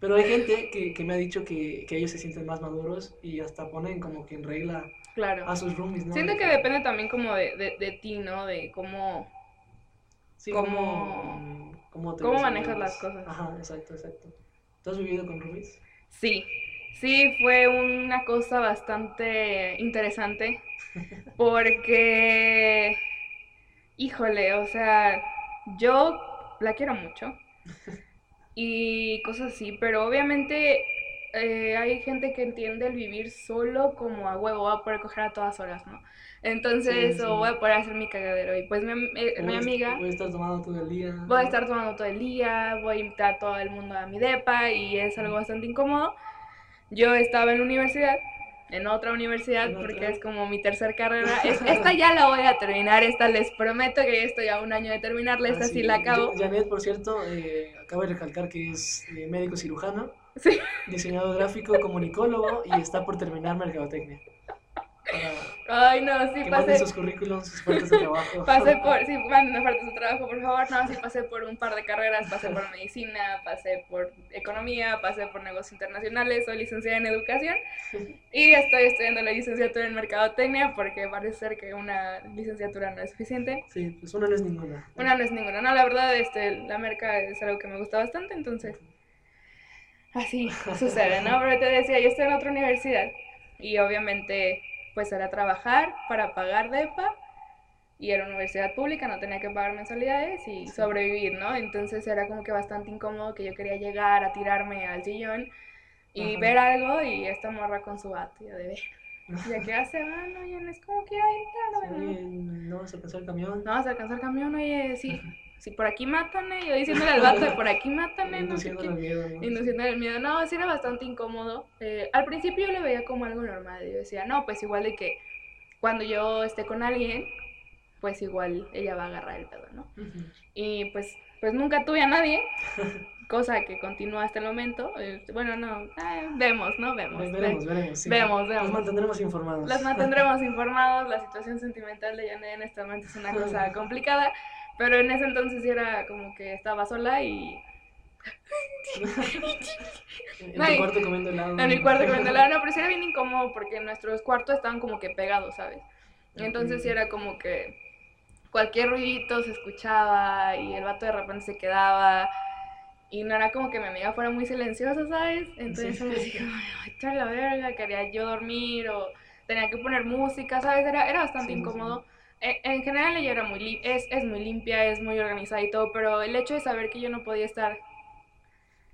S2: Pero hay gente que, que me ha dicho que, que ellos se sienten más maduros y hasta ponen como que en regla
S1: Claro.
S2: a sus roomies, Ah, ¿no?
S1: Siento que depende también como de, de, de ti, ¿no? De cómo...
S2: Sí,
S1: como-
S2: como- como te
S1: cómo
S2: ves
S1: manejas
S2: maduros.
S1: las cosas.
S2: Ajá, exacto, exacto. ¿Tú has vivido con roomies?
S1: Sí, sí, fue una cosa bastante
S2: [LAUGHS]
S1: interesante porque, híjole, o sea, yo la quiero
S2: [LAUGHS]
S1: mucho y cosas así, pero obviamente eh, hay gente que entiende el vivir solo como a huevo, voy a poder coger a todas horas, ¿no? Entonces,
S2: Sí,
S1: o
S2: sí.
S1: voy a poder hacer mi cagadero y pues mi, am- eh, mi
S2: Voy a-
S1: amiga...
S2: Voy a estar tomando todo el día.
S1: Voy a estar tomando todo el día, voy a invitar a todo el mundo a mi depa y es algo bastante incómodo. Yo estaba en la universidad, en otra universidad,
S2: En otra.
S1: porque es como mi tercer carrera.
S2: [LAUGHS]
S1: Es- esta ya la voy a terminar, esta les prometo que ya estoy a un año de terminarla, esta
S2: Ah,
S1: sí, la acabo.
S2: Ja- Janet, por cierto, eh, acaba de recalcar que es eh, médico cirujano,
S1: Sí.
S2: diseñador gráfico, comunicólogo y está por terminar mercadotecnia. Para
S1: Ay, no, sí,
S2: que manden
S1: pasé,
S2: sus currículums, sus puertas de trabajo.
S1: pasé por, sí, manden ofertas de trabajo, por favor. No, sí, pasé por un par de carreras, pasé por medicina, pasé por economía, pasé por negocios internacionales, soy licenciada en educación. Y estoy estudiando la licenciatura en mercadotecnia porque parece ser que una licenciatura no es suficiente.
S2: Sí, pues una no es ninguna.
S1: Una no es ninguna, no, la verdad, este, la merca es algo que me gusta bastante, entonces así sucede, ¿no? Pero te decía, yo estoy en otra universidad y obviamente pues era trabajar para pagar DEPA y era una universidad pública, no tenía que pagar mensualidades y
S2: Sí.
S1: sobrevivir, ¿no? Entonces era como que bastante incómodo que yo quería llegar a tirarme al sillón y
S2: Ajá.
S1: ver algo y esta morra con su vato, y yo de ver. [LAUGHS] Ya que hace, ah, no, ya no es como que iba a entrar, ¿no?
S2: Oye, no vas a alcanzar el camión.
S1: No vas a alcanzar camión, oye, sí. Si por aquí mátame, yo diciéndole al vato, de por aquí mátame, no sé
S2: Induciéndole al
S1: qué.
S2: miedo, ¿no?
S1: Induciendo el miedo. No, sí era bastante incómodo. Eh, al principio yo lo veía como algo normal. Yo decía, no, pues igual de que cuando yo esté con alguien, pues igual ella va a agarrar el pedo, ¿no?
S2: Ujú.
S1: Y pues, pues nunca tuve a
S2: [LAUGHS]
S1: nadie, cosa que continúa hasta el momento. Eh, bueno, no, eh, vemos, ¿no? Vemos.
S2: Ve- Veremos, veremos. sí.
S1: Vemos,
S2: Los
S1: vemos.
S2: mantendremos informados.
S1: Los mantendremos informados. La situación sentimental de Janet en este momento es una cosa complicada. Pero en ese entonces sí era como que estaba sola y
S2: En
S1: No, y-
S2: tu cuarto comiendo helado.
S1: en mi cuarto comiendo helado. No, pero sí era bien incómodo porque nuestros cuartos estaban como que pegados, ¿sabes? Entonces sí era como que cualquier ruidito se escuchaba y el vato de repente se quedaba. Y no era como que mi amiga fuera muy silenciosa, ¿sabes? Entonces
S2: Sí.
S1: era así como, ay, echa la verga, quería yo dormir o tenía que poner música, ¿sabes? Era, era bastante
S2: Sí, sí,
S1: incómodo. E- En general ella era muy lim- es, es muy limpia, es muy organizada y todo, pero el hecho de saber que yo no podía estar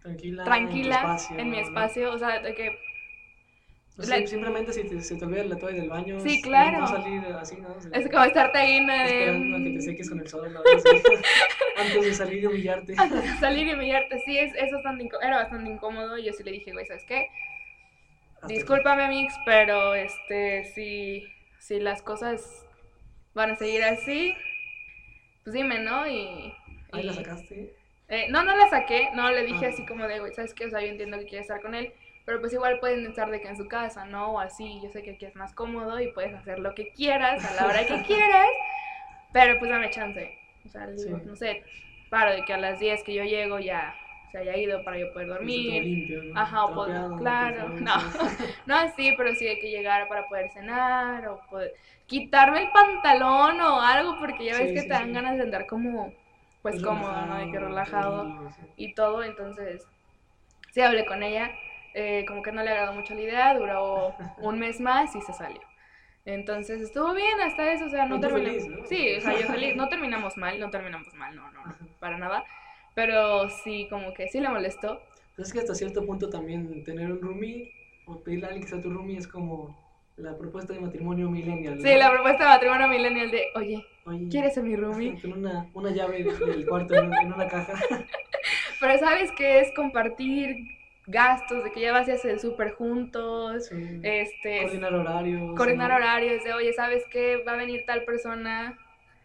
S2: Tranquila.
S1: tranquila
S2: en, Ah, tu
S1: en mi
S2: ¿no?
S1: espacio, o sea, de que
S2: O sea,
S1: La-
S2: Simplemente si te, se te olvida la toalla del baño.
S1: Sí,
S2: es-
S1: claro.
S2: No salir así, ¿no? Se-
S1: Es como estarte ahí ¿no? de, mm,
S2: Esperando a que te seques con
S1: [LAUGHS]
S2: el sol. ¿no? Así. [LAUGHS] Antes de salir y humillarte.
S1: antes de [LAUGHS] salir y humillarte. Sí, es, es bastante inco- era bastante incómodo. y Yo sí le dije, güey, ¿sabes qué? Discúlpame, Mix, pero este, si, si las cosas van a seguir así, pues dime, ¿no? Y, y-
S2: Ahí la sacaste.
S1: Eh, no, no la saqué, no le
S2: Ah.
S1: dije así como de, güey, ¿sabes qué? O sea, yo entiendo que quieres estar con él, pero pues igual pueden estar de que en su casa, ¿no? O así, yo sé que aquí es más cómodo y puedes hacer lo que quieras a la hora
S2: [LAUGHS]
S1: que quieras, pero pues dame chance. O sea, le digo,
S2: Sí.
S1: no sé, paro de que a las 10 que yo llego ya se haya ido para yo poder
S2: Todo
S1: dormir.
S2: limpio, ¿no?
S1: Ajá, o pod-
S2: Trapeado, ¿no?
S1: claro,
S2: Tus
S1: no.
S2: [LAUGHS] avances.
S1: No, sí, pero sí de que llegar para poder cenar o poder quitarme el pantalón o algo, porque ya ves
S2: Sí,
S1: que
S2: sí,
S1: te dan
S2: sí.
S1: ganas de andar como, pues cómodo, ¿no? De que relajado
S2: tranquilo, sí.
S1: y todo, entonces sí hablé con ella, eh, como que no le agradó mucho la idea, duró un mes más y se salió. Entonces estuvo bien hasta eso, o sea, no
S2: Pero tú
S1: terminamos.
S2: feliz, ¿no?
S1: Sí, o sea, yo feliz, no terminamos mal, no terminamos mal, no, no, no,
S2: Ajá.
S1: para nada. Pero sí, como que sí le molestó.
S2: Pero es que hasta cierto punto también tener un roomie o pedirle a alguien que sea tu roomie es como la propuesta de matrimonio millennial.
S1: Sí, la propuesta de matrimonio millennial de, oye,
S2: Oye,
S1: ¿quieres ser mi
S2: [LAUGHS]
S1: roomie?
S2: Con una, una llave del cuarto en, en una caja. [LAUGHS]
S1: Pero sabes que es compartir gastos, de que ya vas a hacer súper juntos,
S2: Sí.
S1: este,
S2: coordinar horarios.
S1: coordinar
S2: ¿no?
S1: horarios, de, oye, ¿sabes qué? Va a venir tal persona,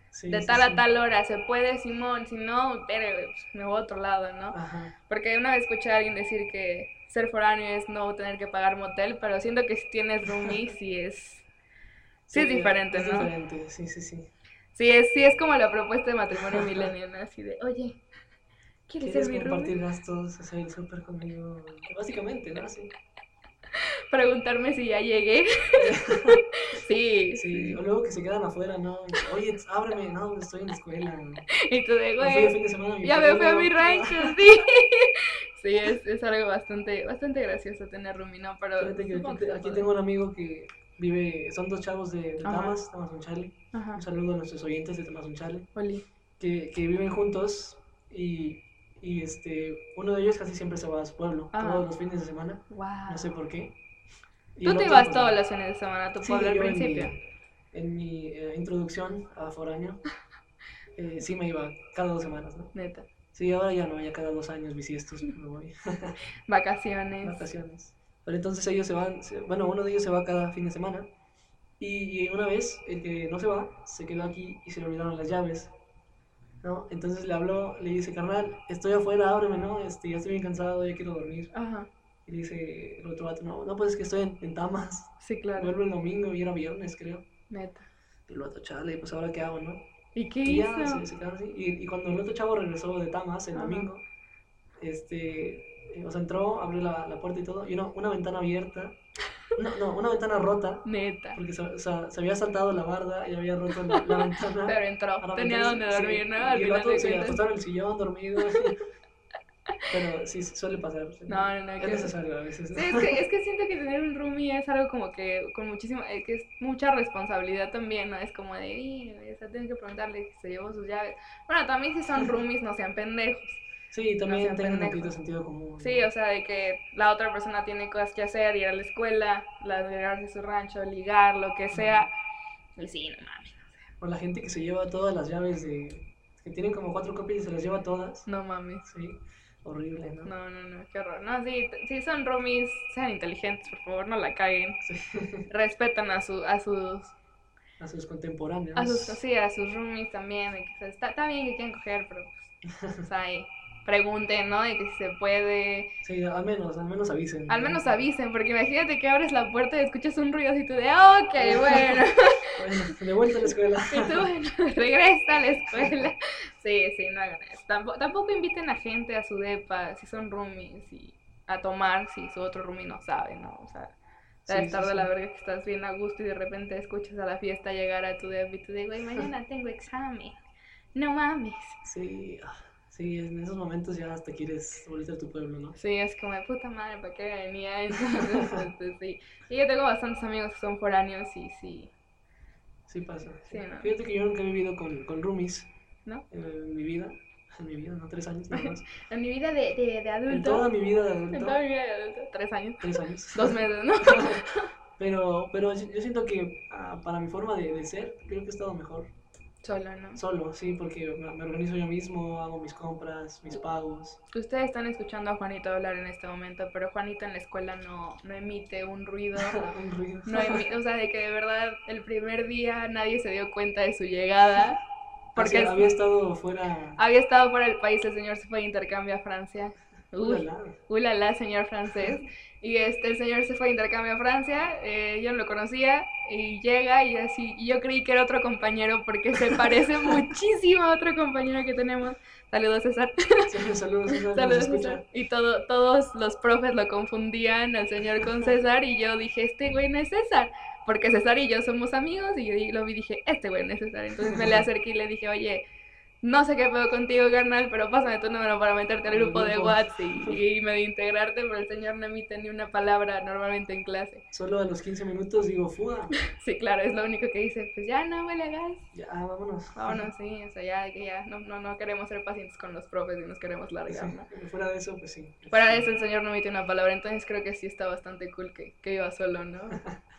S2: Sí,
S1: de
S2: sí,
S1: tal a
S2: sí.
S1: tal hora, se puede, Simón, si no, verga, güey, pues, me voy a otro lado, ¿no?
S2: Ajá.
S1: Porque una vez escuché a alguien decir que ser foráneo es no tener que pagar motel, pero siento que si tienes roomie, sí es, sí es
S2: ya,
S1: diferente,
S2: es
S1: ¿no?
S2: diferente, sí, sí, sí.
S1: sí es, sí es como la propuesta de matrimonio millennial, ¿no? así de, oye, ¿quieres ser
S2: ¿Quieres
S1: mi roomie?
S2: compartir gastos, hacer el súper conmigo? Básicamente, ¿no? Sí.
S1: Preguntarme si ya llegué.
S2: [LAUGHS]
S1: sí,
S2: sí. O luego que se quedan afuera, ¿no? Oye, pues, ábreme, no, estoy en la escuela. ¿no?
S1: Y tú de,
S2: Me fui el
S1: güey,
S2: fin de semana a mi
S1: ya me fui a
S2: pueblo".
S1: mi rancho, sí. [LAUGHS] Sí, es, es algo bastante, bastante gracioso tener Rumi, ¿no? Pero
S2: Fíjate Ah, que
S1: supongo
S2: aquí,
S1: que
S2: te-
S1: se
S2: aquí
S1: puede.
S2: tengo un amigo que vive, son dos chavos de, de
S1: Ajá.
S2: Tamas, Tamas Unchale.
S1: Ajá,
S2: Un saludo a nuestros oyentes de Tamas Unchale,
S1: Oli.
S2: que, que viven juntos y, y este, uno de ellos casi siempre se va a su pueblo,
S1: Ajá.
S2: todos los fines de semana,
S1: Wow.
S2: no sé por qué. Y
S1: Ah. Tú te
S2: el otro,
S1: ibas
S2: pues,
S1: todos los fines de semana a tu
S2: sí,
S1: pueblo al
S2: yo en mi-
S1: principio.
S2: En mi, eh, introducción a
S1: [LAUGHS]
S2: Foráneo, eh, sí me iba cada dos semanas, ¿no?
S1: Neta.
S2: Sí, ahora ya no, ya cada dos años bisiestos
S1: [LAUGHS]
S2: me voy.
S1: Vacaciones.
S2: vacaciones. Pero entonces ellos se van, se- bueno, uno de ellos se va cada fin de semana. Y, y una vez, el que no se va, se quedó aquí y se le olvidaron las llaves. ¿no? Entonces le habló, le dice, carnal, estoy afuera, ábreme, ¿no? Este, ya estoy bien cansado, ya quiero dormir.
S1: Ajá.
S2: Y le dice el otro vato, no, no, pues es que estoy en, en Tamas.
S1: Sí, claro.
S2: Vuelvo el domingo y era viernes, creo.
S1: Neta.
S2: Y el vato, chale, pues ahora qué hago, ¿no?
S1: ¿Y qué
S2: Y
S1: hizo?
S2: ya se, se quedaron así. Y, y cuando el otro chavo regresó de Tamas el
S1: Ajá.
S2: domingo, este, eh, o sea, entró, abrió la, la puerta y todo, y una, una ventana abierta, no, no, una ventana rota,
S1: Neta.
S2: porque se, o sea, se había saltado la barda y había roto la, la ventana.
S1: Pero entró.
S2: Ahora,
S1: Tenía
S2: entonces,
S1: donde
S2: Ah, sí,
S1: dormir, ¿no? Al
S2: Y el
S1: final
S2: vato
S1: de
S2: se
S1: cuentas.
S2: acostó en el sillón, dormido. Pero sí, suele pasar.
S1: No, no, no.
S2: es
S1: qué-
S2: necesario a veces. ¿no?
S1: Sí, es que, es que siento que tener un roomie es algo como que con muchísima, eh, que es mucha responsabilidad también, ¿no? Es como de, "Ih, güey, o sea, tengo que preguntarle si se llevó sus llaves. Bueno, también si
S2: [LAUGHS]
S1: son roomies, no sean pendejos.
S2: Sí, y también
S1: sean
S2: tengan un
S1: pendejos.
S2: poquito de sentido común. ¿no?
S1: Sí, o sea, de que la otra persona tiene cosas que hacer, ir a la escuela, largarse a su rancho, ligar, lo que sea. Y sí, no mames,
S2: O la gente que se lleva todas las llaves de... que tienen como cuatro copias y se las lleva todas.
S1: no mames.
S2: Sí, horrible, ¿no?
S1: No, no, no, qué horror. No, sí, t- sí son roomies, sean inteligentes, por favor, no la caguen.
S2: Sí.
S1: [LAUGHS] Respetan a, su, a sus
S2: A sus contemporáneos.
S1: A sus, sí, a sus roomies también. de que, o sea, está, está bien que quieran coger, pero pues, o sea, ahí pregunten, ¿no? De que si se puede.
S2: Sí, al menos, al menos avisen.
S1: Al
S2: ¿no?
S1: menos avisen, porque imagínate que abres la puerta y escuchas un ruidocito de, ok, bueno.
S2: Bueno, pues, de vuelta a la escuela.
S1: [LAUGHS] Y tú, bueno, regresa a la escuela. Sí, sí, no hagan eso. Tampo- tampoco inviten a gente a su depa, si son roomies, y a tomar si su otro roomie no sabe, ¿no? O sea, debe
S2: Sí,
S1: estar
S2: sí,
S1: de la
S2: sí.
S1: verga que estás bien a gusto y de repente escuchas a la fiesta llegar a tu depa y tú de, güey, mañana tengo examen. No mames.
S2: Sí, ah, sí, en esos momentos ya hasta quieres volver a tu pueblo, ¿no?
S1: Sí, es como de puta madre, ¿para qué venía? [LAUGHS] Entonces, este, sí. Y yo tengo bastantes amigos que son foráneos y sí.
S2: Sí pasa.
S1: Sí, ¿no?
S2: Fíjate que yo nunca he vivido con, con roomies
S1: ¿No?
S2: en, en mi vida. En mi vida, ¿no? Tres años nada más.
S1: En mi vida de, de, de
S2: en
S1: adulto.
S2: toda mi vida de
S1: [LAUGHS] en
S2: adulto.
S1: toda mi vida de adulto. Tres años.
S2: Tres años.
S1: [LAUGHS] Dos meses, ¿no?
S2: [LAUGHS] Pero, pero yo yo siento que ah, para mi forma de, de ser, creo que he estado mejor.
S1: Solo, ¿no?
S2: Solo, sí, porque me, me organizo yo mismo, hago mis compras, mis pagos. [LAUGHS]
S1: Ustedes están escuchando a Juanito hablar en este momento, pero Juanito en la escuela no, no emite un ruido.
S2: Un ruido.
S1: No emi- o sea, de que de verdad el primer día nadie se dio cuenta de su llegada. Porque Ah,
S2: Porque había estado fuera.
S1: había estado fuera del país, el señor se fue de intercambio a Francia. Uy,
S2: Ulala.
S1: ulala, señor francés. Y este, el señor se fue de intercambio a Francia, eh, yo no lo conocía, y llega y así, y yo creí que era otro compañero porque se parece muchísimo a otro compañero que tenemos. Saludos, César.
S2: [LAUGHS]
S1: [LAUGHS]
S2: Sí, saludos, César, nos
S1: Saludos,
S2: escucha.
S1: César. Y todo, todos los profes lo confundían al señor
S2: [LAUGHS]
S1: con César y yo dije, este güey no es César, porque César y yo somos amigos y yo di- lo vi y dije, este güey no es César. Entonces
S2: [LAUGHS]
S1: me le acerqué y le dije, oye, no sé qué pedo contigo, carnal, pero pásame tu número para meterte al
S2: Al
S1: grupo de
S2: grupo.
S1: WhatsApp y, y me de integrarte, pero el señor no emite ni una palabra normalmente en clase.
S2: Solo a los 15 minutos digo, fuga.
S1: Sí, claro, es lo único que dice, pues ya no, güey, le hagas.
S2: Ya, vámonos.
S1: Vámonos, sí, o sea, ya, que ya, no, no, no queremos ser pacientes con los profes y nos queremos
S2: Sí,
S1: largar, ¿no?
S2: Fuera de eso, pues sí.
S1: Para eso el señor no emite una palabra, entonces creo que sí está bastante cool que, que iba solo,
S2: [LAUGHS]
S1: ¿no?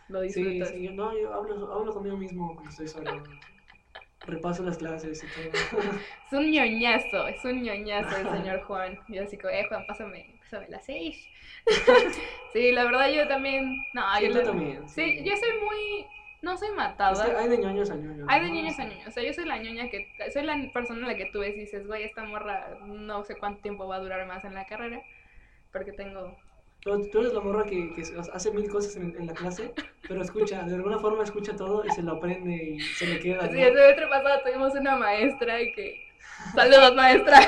S1: Lo
S2: Sí,
S1: disfrutas.
S2: sí, yo, no, yo hablo, hablo conmigo mismo cuando estoy solo. Repaso las clases y
S1: [LAUGHS]
S2: todo.
S1: Es un ñoñazo, es un ñoñazo el
S2: [LAUGHS]
S1: señor Juan. Yo así como, eh, Juan, pásame, pásame la seis. [LAUGHS] sí, la verdad yo también... No,
S2: Sí,
S1: Ah, yo
S2: tú
S1: la-
S2: también.
S1: Sí, yo soy muy... No soy
S2: Es que
S1: matada.
S2: hay de ñoños a ñoños.
S1: Hay de
S2: ¿no?
S1: ñoños a ñoños. O sea, yo soy la ñoña que... Soy la persona a la que tú ves y dices, güey, esta morra no sé cuánto tiempo va a durar más en la carrera. Porque tengo...
S2: Tú, tú eres la morra que, que hace mil cosas en, en la clase, pero escucha, de alguna forma escucha todo y se lo aprende y se le queda. ¿no?
S1: Sí, el semestre pasado tuvimos una maestra que. Saludos, maestra. [LAUGHS]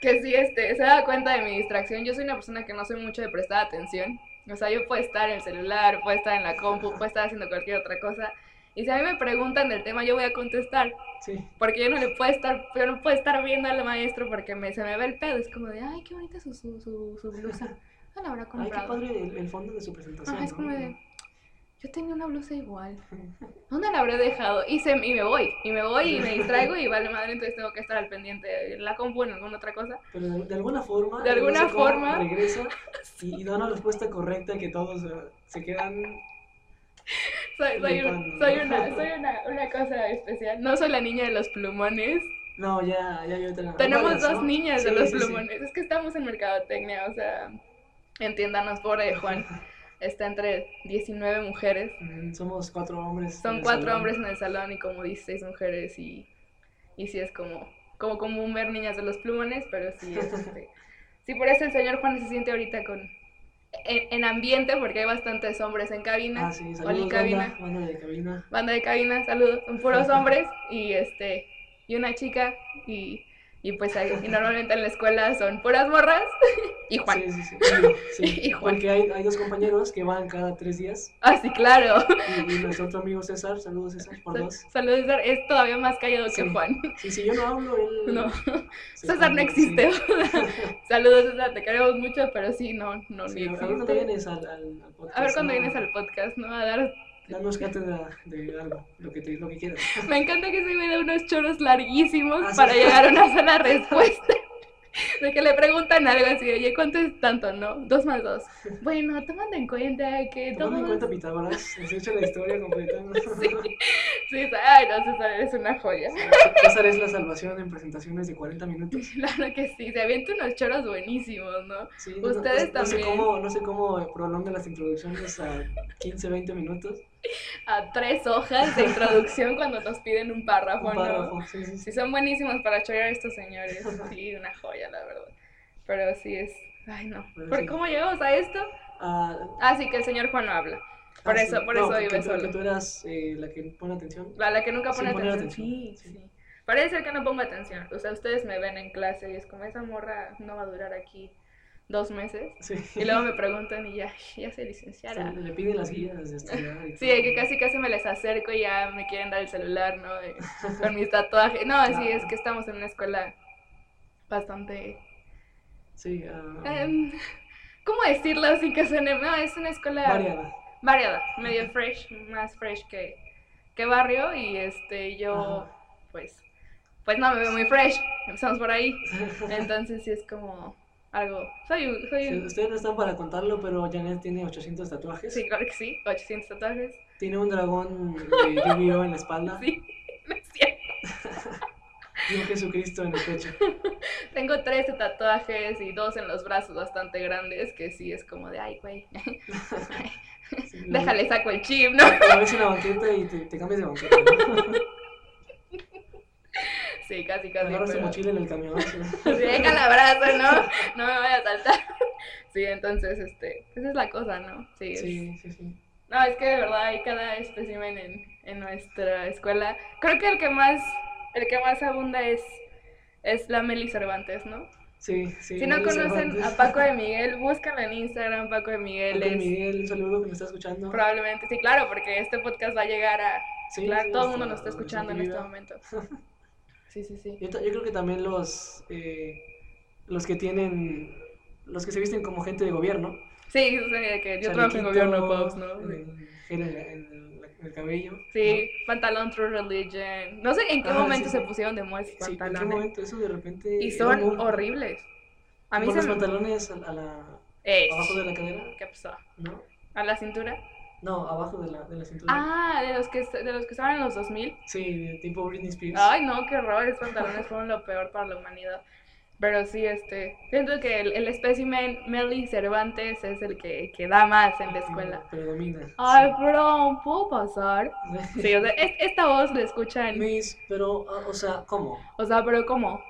S1: que sí, este, se da cuenta de mi distracción. Yo soy una persona que no soy mucho de prestar atención. O sea, yo puedo estar en el celular, puedo estar en la compu, puedo estar haciendo cualquier otra cosa. Y si a mí me preguntan del tema, yo voy a contestar.
S2: Sí.
S1: Porque yo no le puedo estar, yo no puedo estar viendo al maestro porque me, se me ve el pedo. Es como de, ay, qué bonita su, su, su, su blusa. No la habrá
S2: Ay, qué
S1: comprado.
S2: padre el, el fondo de su presentación.
S1: Ajá, es
S2: ¿no?
S1: como de, yo tenía una blusa igual. [LAUGHS] ¿Dónde la habré dejado? Y, se, y me voy, y me voy y me distraigo y vale madre, entonces tengo que estar al pendiente de la compu en alguna otra cosa.
S2: Pero de, de alguna forma.
S1: De alguna
S2: no sé cómo,
S1: forma.
S2: Regresa y, y
S1: [LAUGHS]
S2: da una respuesta correcta que todos eh, se quedan.
S1: Soy, soy, un-
S2: Limpando, ¿no?
S1: soy una, soy una, una cosa especial. No soy la niña de los plumones.
S2: No, ya, ya, yo te la.
S1: Tenemos
S2: varias,
S1: dos
S2: ¿no?
S1: niñas de
S2: Sí,
S1: los
S2: sí, sí.
S1: plumones. Es que estamos en mercadotecnia, o sea, entiéndanos, pobre de
S2: [LAUGHS]
S1: Juan. Está entre 19 mujeres.
S2: Mm, Somos cuatro hombres. en
S1: Son
S2: el
S1: cuatro
S2: salón.
S1: hombres en el salón y como 16 mujeres y, y sí es como, como común ver niñas de los plumones, pero sí
S2: [LAUGHS]
S1: es este, sí por eso el señor Juan se siente ahorita con en, en ambiente porque hay bastantes hombres en cabina,
S2: Ah, sí,
S1: Oli
S2: saludos,
S1: cabina,
S2: cabina. Banda, banda de cabina.
S1: banda de cabina, saludos, son
S2: [LAUGHS]
S1: puros hombres y este y una chica y, y pues ahí- y normalmente en la escuela son puras morras [LAUGHS] y Juan. [LAUGHS]
S2: Sí, sí, sí. sí.
S1: Y Juan.
S2: Porque hay, hay dos compañeros que van cada tres días.
S1: Ah, sí, claro.
S2: Y, y nuestro otro amigo César, saludos César, por dos.
S1: [LAUGHS] Saludos, César. Es todavía más callado
S2: Sí.
S1: que Juan. [LAUGHS]
S2: Sí, si yo no hablo, él.
S1: No.
S2: se
S1: César no
S2: pone,
S1: existe.
S2: sí.
S1: [LAUGHS] Saludos, César, te queremos mucho, pero sí, no, no,
S2: Sí,
S1: ni
S2: a ver cuando
S1: existe.
S2: vienes al, al- al podcast.
S1: A ver cuando
S2: ¿no?
S1: vienes al podcast, ¿no? A dar...
S2: Danos cátedra de algo, lo que, te, lo que quieras.
S1: Me encanta que se me da unos choros larguísimos
S2: Ah, sí.
S1: para llegar a
S2: [LAUGHS]
S1: una sola respuesta. De que le preguntan algo así, oye, ¿cuánto es tanto, no? Dos más dos. Bueno, tomando en cuenta que
S2: Tomando en
S1: todos-
S2: cuenta Pitágoras, nos echa la historia completa. ¿no?
S1: [LAUGHS] Sí, ay, no, César, eres una joya. [LAUGHS]
S2: César es la salvación en presentaciones de 40 minutos.
S1: Claro que sí, se avienta unos choros buenísimos, ¿no?
S2: Sí, no- no-
S1: Ustedes
S2: no,
S1: también.
S2: Sé cómo, no sé cómo prolonga las introducciones a 15, 20 minutos.
S1: A tres hojas de introducción cuando nos piden un párrafo,
S2: Un
S1: ¿no?
S2: párrafo, sí, sí, sí.
S1: Sí, son buenísimos para chorear estos señores. Sí, una joya, la verdad. Pero sí es. Ay, no.
S2: Pero
S1: ¿Por
S2: sí.
S1: cómo llegamos a esto?
S2: Ah,
S1: Ah, sí, que el señor Juan no habla. Por
S2: ah,
S1: eso-
S2: sí.
S1: por
S2: No,
S1: eso
S2: porque
S1: vive
S2: tú- porque
S1: solo.
S2: tú eras eh, la que pone atención.
S1: La, la que nunca
S2: Sin
S1: pone
S2: poner
S1: atención. Sí,
S2: atención,
S1: sí.
S2: sí.
S1: Parece ser que no pongo atención. O sea, ustedes me ven en clase y es como esa morra no va a durar aquí dos
S2: [LAUGHS]
S1: meses.
S2: Sí.
S1: Y luego me preguntan y ya, ya se licenciará.
S2: Sí, le piden las guías de estudiar.
S1: [LAUGHS]
S2: y
S1: Sí,
S2: todo.
S1: que casi casi me les acerco y ya me quieren dar el celular, ¿no? Eh, Con mis tatuajes. No, sí, es que estamos en una escuela bastante
S2: Sí, ah,
S1: Em, ¿Cómo decirlo sin que suene? No, es una escuela
S2: variada.
S1: variada, medio fresh, más fresh que, que barrio y este yo
S2: Ajá.
S1: pues pues no me veo muy fresh, empezamos por
S2: [LAUGHS]
S1: ahí. Entonces sí es como algo, soy un, soy
S2: Sí,
S1: un
S2: ustedes no están para contarlo, pero Janet tiene 800 tatuajes.
S1: sí, claro que sí, 800 tatuajes.
S2: Tiene un dragón
S1: [LAUGHS]
S2: de Yu-Gi-Oh en la espalda
S1: Sí, no es cierto.
S2: y un Jesucristo en el
S1: [LAUGHS]
S2: pecho.
S1: Tengo 13 tatuajes y dos en los brazos bastante grandes que sí es como de ay, güey.
S2: Sí, la-
S1: Déjale saco el chip, ¿no? [LAUGHS]
S2: La ves en la banqueta y te, te cambias de banqueta. ¿no?
S1: Sí, casi, casi.
S2: Agarra su
S1: pero-
S2: mochila en el camión. [LAUGHS] sí.
S1: Pues Sí, deja el abrazo, ¿no? No me voy a saltar. Sí, entonces, este, esa es la cosa, ¿no? Sí. es-
S2: Sí, sí, sí.
S1: No, es que de verdad hay cada espécimen en, en nuestra escuela. Creo que el que más, el que más abunda es, es la Meli Cervantes, ¿no?
S2: Sí, sí.
S1: si no
S2: Miguel
S1: conocen
S2: Cervantes.
S1: a Paco de Miguel, búscalo en Instagram, Paco de Miguel
S2: Paco de
S1: es
S2: Miguel, un saludo que me está escuchando.
S1: probablemente, sí, claro, porque este podcast va a llegar a,
S2: Sí,
S1: claro,
S2: sí,
S1: todo el
S2: hasta
S1: mundo nos está
S2: donde
S1: escuchando en
S2: viva.
S1: este
S2: [LAUGHS]
S1: momento. Sí, sí, sí.
S2: Yo, ta- yo creo que también los, eh, los que tienen, los que se visten como gente de gobierno.
S1: Sí, o sea, de que yo trabajo en
S2: chalequito,
S1: gobierno, Pops, ¿no?
S2: En, el- en el- en el- en el cabello.
S1: Sí, pantalón True Religion. No sé en qué
S2: Ajá,
S1: momento
S2: sí,
S1: se
S2: sí.
S1: pusieron de moda esos
S2: Sí, ¿en qué
S1: pantalones.
S2: momento eso de repente?
S1: y
S2: era
S1: son
S2: muy-
S1: horribles. A mí
S2: con
S1: se
S2: los
S1: me...
S2: pantalones a, a la,
S1: Ey,
S2: abajo de la cadera,
S1: ¿Qué pasó?
S2: ¿no?
S1: ¿A la cintura?
S2: No, abajo de la, de la cintura.
S1: Ah, de los que de los que estaban en los 2000.
S2: Sí, de tipo Britney Spears.
S1: Ay, no, qué horror. Esos pantalones fueron lo peor para la humanidad. Pero sí, este... Siento que el, el espécimen Melly Cervantes es el que, que da más en la escuela.
S2: Pero domina.
S1: Ay, bro, ¿puedo pasar?
S2: sí.
S1: Sí, o sea, es- esta voz la escuchan.
S2: Miss, pero, ah, o sea, ¿cómo?
S1: O sea, pero ¿cómo?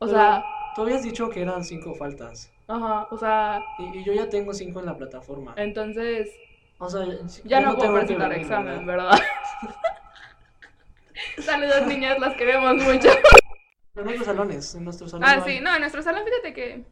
S1: O
S2: Pero-
S1: sea...
S2: Tú habías dicho que eran cinco faltas.
S1: Ajá, o sea,
S2: Y, y yo ya tengo cinco en la plataforma.
S1: entonces
S2: O sea,
S1: ya
S2: yo
S1: no, puedo
S2: tengo que
S1: presentar
S2: venir,
S1: examen,
S2: ¿verdad?
S1: ¿verdad? [LAUGHS] Saludos niñas, las queremos mucho.
S2: Pero en otros salones, en nuestros salones.
S1: Ah, sí, no, en nuestro salón fíjate que...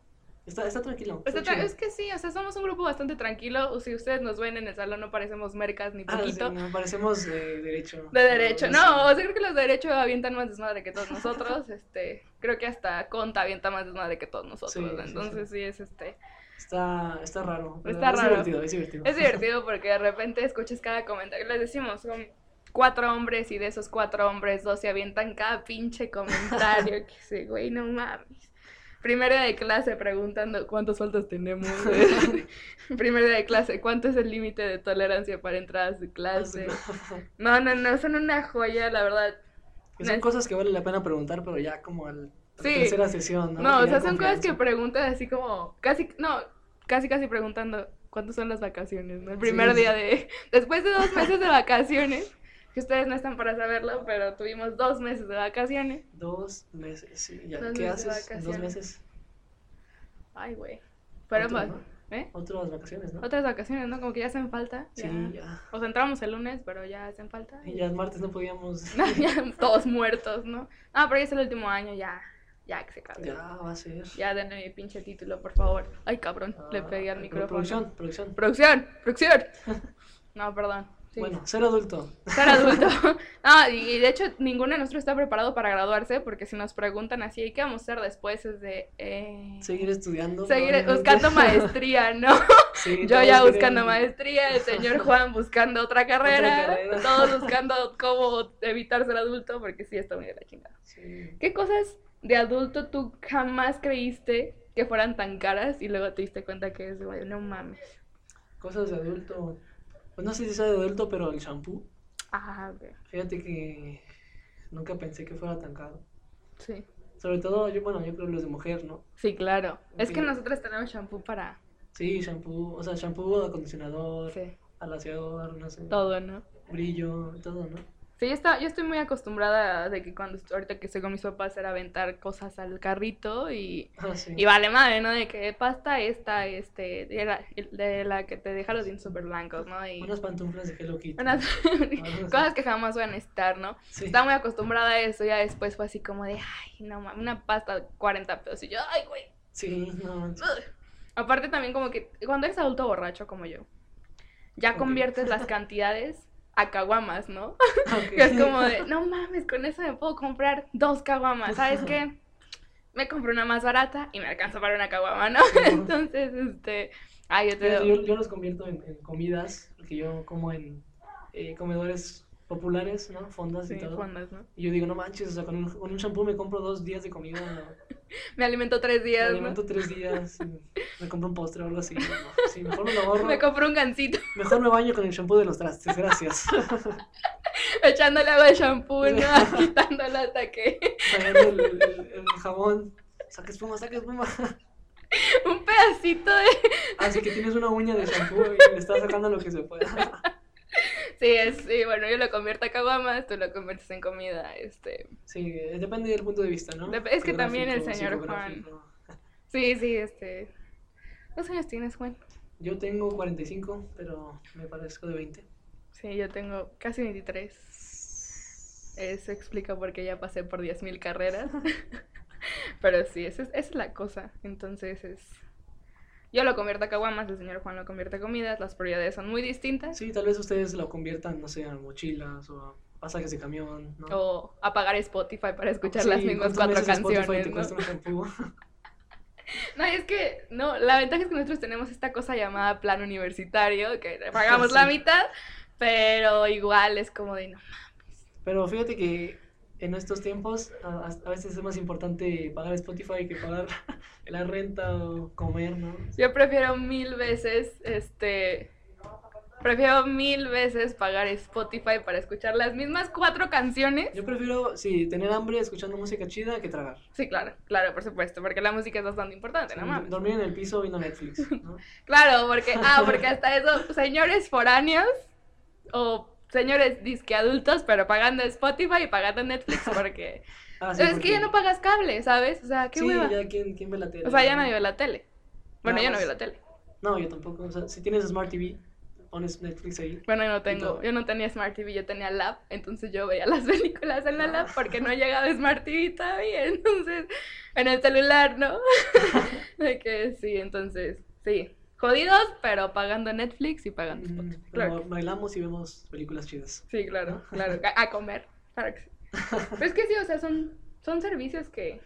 S2: Está, está tranquilo.
S1: o sea,
S2: está
S1: tra-
S2: chido.
S1: es que sí, o sea, somos un grupo bastante tranquilo. o Si ustedes nos ven en el salón no parecemos mercas ni
S2: Ah,
S1: poquito.
S2: sí, nos parecemos de derecho.
S1: De derecho, no, o sea, creo que los de derecho avientan más desmadre que todos nosotros, [LAUGHS] este, creo que hasta Conta avienta más desmadre que todos nosotros,
S2: Sí, sí, sí.
S1: entonces sí es este,
S2: Está, está raro. pero
S1: Está
S2: es
S1: raro.
S2: divertido, es divertido.
S1: Es divertido porque de repente escuchas cada comentario. Les decimos, son cuatro hombres y de esos cuatro hombres, dos se avientan cada pinche comentario. que se, güey, no mames. Primer día de clase preguntando cuántas faltas tenemos. Primer día de clase, ¿cuánto es el límite de tolerancia para entradas de clase? No, no, no, son una joya, la verdad.
S2: Que son cosas que vale la pena preguntar, pero ya como al a la
S1: Sí.
S2: tercera sesión, ¿no?
S1: No, o
S2: Que
S1: sea,
S2: ya
S1: son cosas
S2: confianza.
S1: que preguntan así como, casi, no, casi, casi preguntando, ¿cuántas son las vacaciones? no? El primer
S2: Sí.
S1: día de, después de dos meses de vacaciones, que ustedes no están para saberlo, pero tuvimos dos meses de vacaciones.
S2: Dos meses, sí. ya,
S1: Dos meses
S2: ¿Qué
S1: de
S2: haces? en Dos
S1: vacaciones.
S2: meses.
S1: Ay, güey. Pero,
S2: Otro,
S1: pues,
S2: ¿no?
S1: ¿eh?
S2: Otras vacaciones, ¿no?
S1: Otras vacaciones, ¿no? Como que ya hacen falta.
S2: Sí,
S1: ya.
S2: ya.
S1: O sea, entramos el lunes, pero ya hacen falta.
S2: Y Ya el martes no podíamos.
S1: [LAUGHS] ya todos muertos, ¿no? Ah, pero ya es el último año, ya, ya que se acabe.
S2: Ya
S1: Ya.
S2: va a ser.
S1: denme mi pinche título, por favor. Ay, cabrón, le
S2: Ah,
S1: pegué al
S2: pro-
S1: micrófono.
S2: Producción, producción.
S1: Producción, producción. [LAUGHS] No, perdón. Sí.
S2: Bueno, ser adulto.
S1: Ser
S2: [LAUGHS]
S1: adulto. No, y y de hecho ninguno de nosotros está preparado para graduarse porque si nos preguntan así, "¿Y ¿qué vamos a hacer después? Es de... eh,
S2: Seguir estudiando.
S1: seguir
S2: obviamente. [LAUGHS]
S1: buscando maestría, ¿no?
S2: Sí,
S1: Yo
S2: todos
S1: ya
S2: quieren- [LAUGHS]
S1: buscando maestría, el señor Juan buscando otra carrera,
S2: Otra carrera. [LAUGHS]
S1: todos buscando cómo evitar ser adulto porque sí, está muy de la chingada.
S2: Sí.
S1: ¿Qué cosas de adulto tú jamás creíste que fueran tan caras y luego te diste cuenta que es, güey, no mames?
S2: Cosas de adulto. Pues no sé si sea de adulto, pero el shampoo.
S1: Ah, güey,
S2: Fíjate que nunca pensé que fuera tan caro.
S1: sí.
S2: Sobre todo, yo, bueno, yo creo los de mujer, ¿no?
S1: Sí, claro. Es que
S2: Ok.
S1: nosotras tenemos shampoo para
S2: Sí, shampoo, o sea, shampoo, acondicionador,
S1: sí,
S2: alaciador, no sé,
S1: todo, ¿no?
S2: brillo, todo, ¿no? [LAUGHS]
S1: Sí, yo, está, yo estoy muy acostumbrada de que cuando est- ahorita que estoy con mis papás era aventar cosas al carrito y,
S2: Ah, sí.
S1: y vale madre, ¿no? De que pasta esta, este, de la, de la que te deja los dientes súper blancos, ¿no? Y
S2: Unas pantuflas de Hello Kitty.
S1: unas
S2: Algo
S1: [LAUGHS] cosas
S2: así.
S1: que jamás voy a necesitar, ¿no?
S2: Sí.
S1: Estaba muy acostumbrada a eso, ya después fue así como de, ay, no, mames, una pasta de 40 pesos y yo, ay, güey.
S2: Sí,
S1: [LAUGHS]
S2: no. [LAUGHS]
S1: Aparte también como que cuando eres adulto borracho como yo, ya
S2: Ok.
S1: conviertes
S2: [LAUGHS]
S1: las cantidades a caguamas, ¿no?
S2: ok.
S1: Que [LAUGHS] es
S2: [LAUGHS]
S1: como de, no mames, con eso me puedo comprar dos caguamas, ¿sabes qué? Me compro una más barata y me alcanza para una caguama,
S2: [LAUGHS]
S1: ¿no? Entonces, este, ay, yo te
S2: Fíjate,
S1: doy.
S2: Yo, yo los convierto en, en comidas, porque yo como en eh, comedores populares, ¿no? Fondas y
S1: Sí,
S2: todo.
S1: fondas, ¿no?
S2: Y yo digo, no manches, o sea, con un, con un shampoo me compro dos días de comida, ¿no?
S1: Me alimento tres
S2: me
S1: días, ¿no?
S2: alimento tres días, y me compro un postre o algo así. ¿no? Sí,
S1: [LAUGHS]
S2: mejor me lo ahorro,
S1: [LAUGHS] Me compro un gancito
S2: mejor me baño con el shampoo de los trastes, gracias.
S1: [LAUGHS]
S2: [LAUGHS]
S1: echándole agua de shampoo, ¿no? Quitándolo hasta que... [LAUGHS]
S2: Pagando el, el- el jabón. Saca espuma, saca espuma. Ah,
S1: Un pedacito de...
S2: Así que tienes una uña de shampoo y le estás sacando lo que se pueda. [LAUGHS]
S1: Sí, es, sí, bueno, yo lo convierto a caguamas, tú lo conviertes en comida. Este.
S2: Sí, eh, depende del punto de vista, ¿no?
S1: Dep- es que
S2: Geográfico,
S1: también el señor
S2: psicográfico.
S1: Sí, sí, este. ¿Cuántos años tienes, Juan?
S2: Yo tengo 45, pero me parezco de 20.
S1: Sí, yo tengo casi 23. Eso explica por qué ya pasé por 10.000 carreras. [LAUGHS] Pero sí, esa es, esa es la cosa. Entonces es... Yo lo convierto a caguamas, el señor Juan lo convierte a comidas, las prioridades son muy distintas.
S2: Sí, tal vez ustedes lo conviertan, no sé, a mochilas o a pasajes de camión, ¿no?
S1: O apagar Spotify para escuchar las
S2: Sí,
S1: mismas
S2: ¿cuántos
S1: cuatro
S2: meses Spotify te
S1: canciones. ¿no?
S2: cuesta un shampoo?
S1: No, es que, no, la ventaja es que nosotros tenemos esta cosa llamada plan universitario, que pagamos la [LAUGHS]
S2: Sí.
S1: mitad, pero igual es como de no.
S2: Pero fíjate que en estos tiempos a, a- a veces es más importante pagar Spotify que pagar [LAUGHS] la renta o comer, ¿no?
S1: Yo prefiero mil veces, este, prefiero mil veces pagar Spotify para escuchar las mismas cuatro canciones.
S2: Yo prefiero, sí, tener hambre escuchando música chida que tragar.
S1: Sí, claro, claro, por supuesto, porque la música es bastante importante, no mames.
S2: Dormir en el piso viendo Netflix, ¿no?
S1: Claro, porque, ah, porque hasta eso, señores foráneos o señores disque adultos, pero pagando Spotify y pagando
S2: [LAUGHS]
S1: Netflix, porque
S2: Ah, sí,
S1: es que
S2: porque-
S1: ya no pagas cable, ¿sabes? O sea, qué
S2: Sí,
S1: hueva.
S2: ya ¿quién, quién ve la tele.
S1: O sea, ya nadie ve la tele. Bueno,
S2: Nada
S1: yo no
S2: más.
S1: veo la tele.
S2: No, yo tampoco. O sea, si tienes Smart TV, pones Netflix ahí.
S1: Bueno, yo no
S2: todo.
S1: tengo, yo no tenía Smart TV, yo tenía lab, entonces yo veía las [LAUGHS] películas en la lab porque no llegaba Smart TV todavía, [LAUGHS] entonces en el celular, ¿no? De que sí, entonces, sí, jodidos, pero pagando Netflix y pagando
S2: Mm,
S1: Spotify. pues, Claro.
S2: Pero bailamos y vemos películas chidas.
S1: que Sí, claro, claro, a, a comer, claro que sí. Pero es que sí, o sea, son son servicios que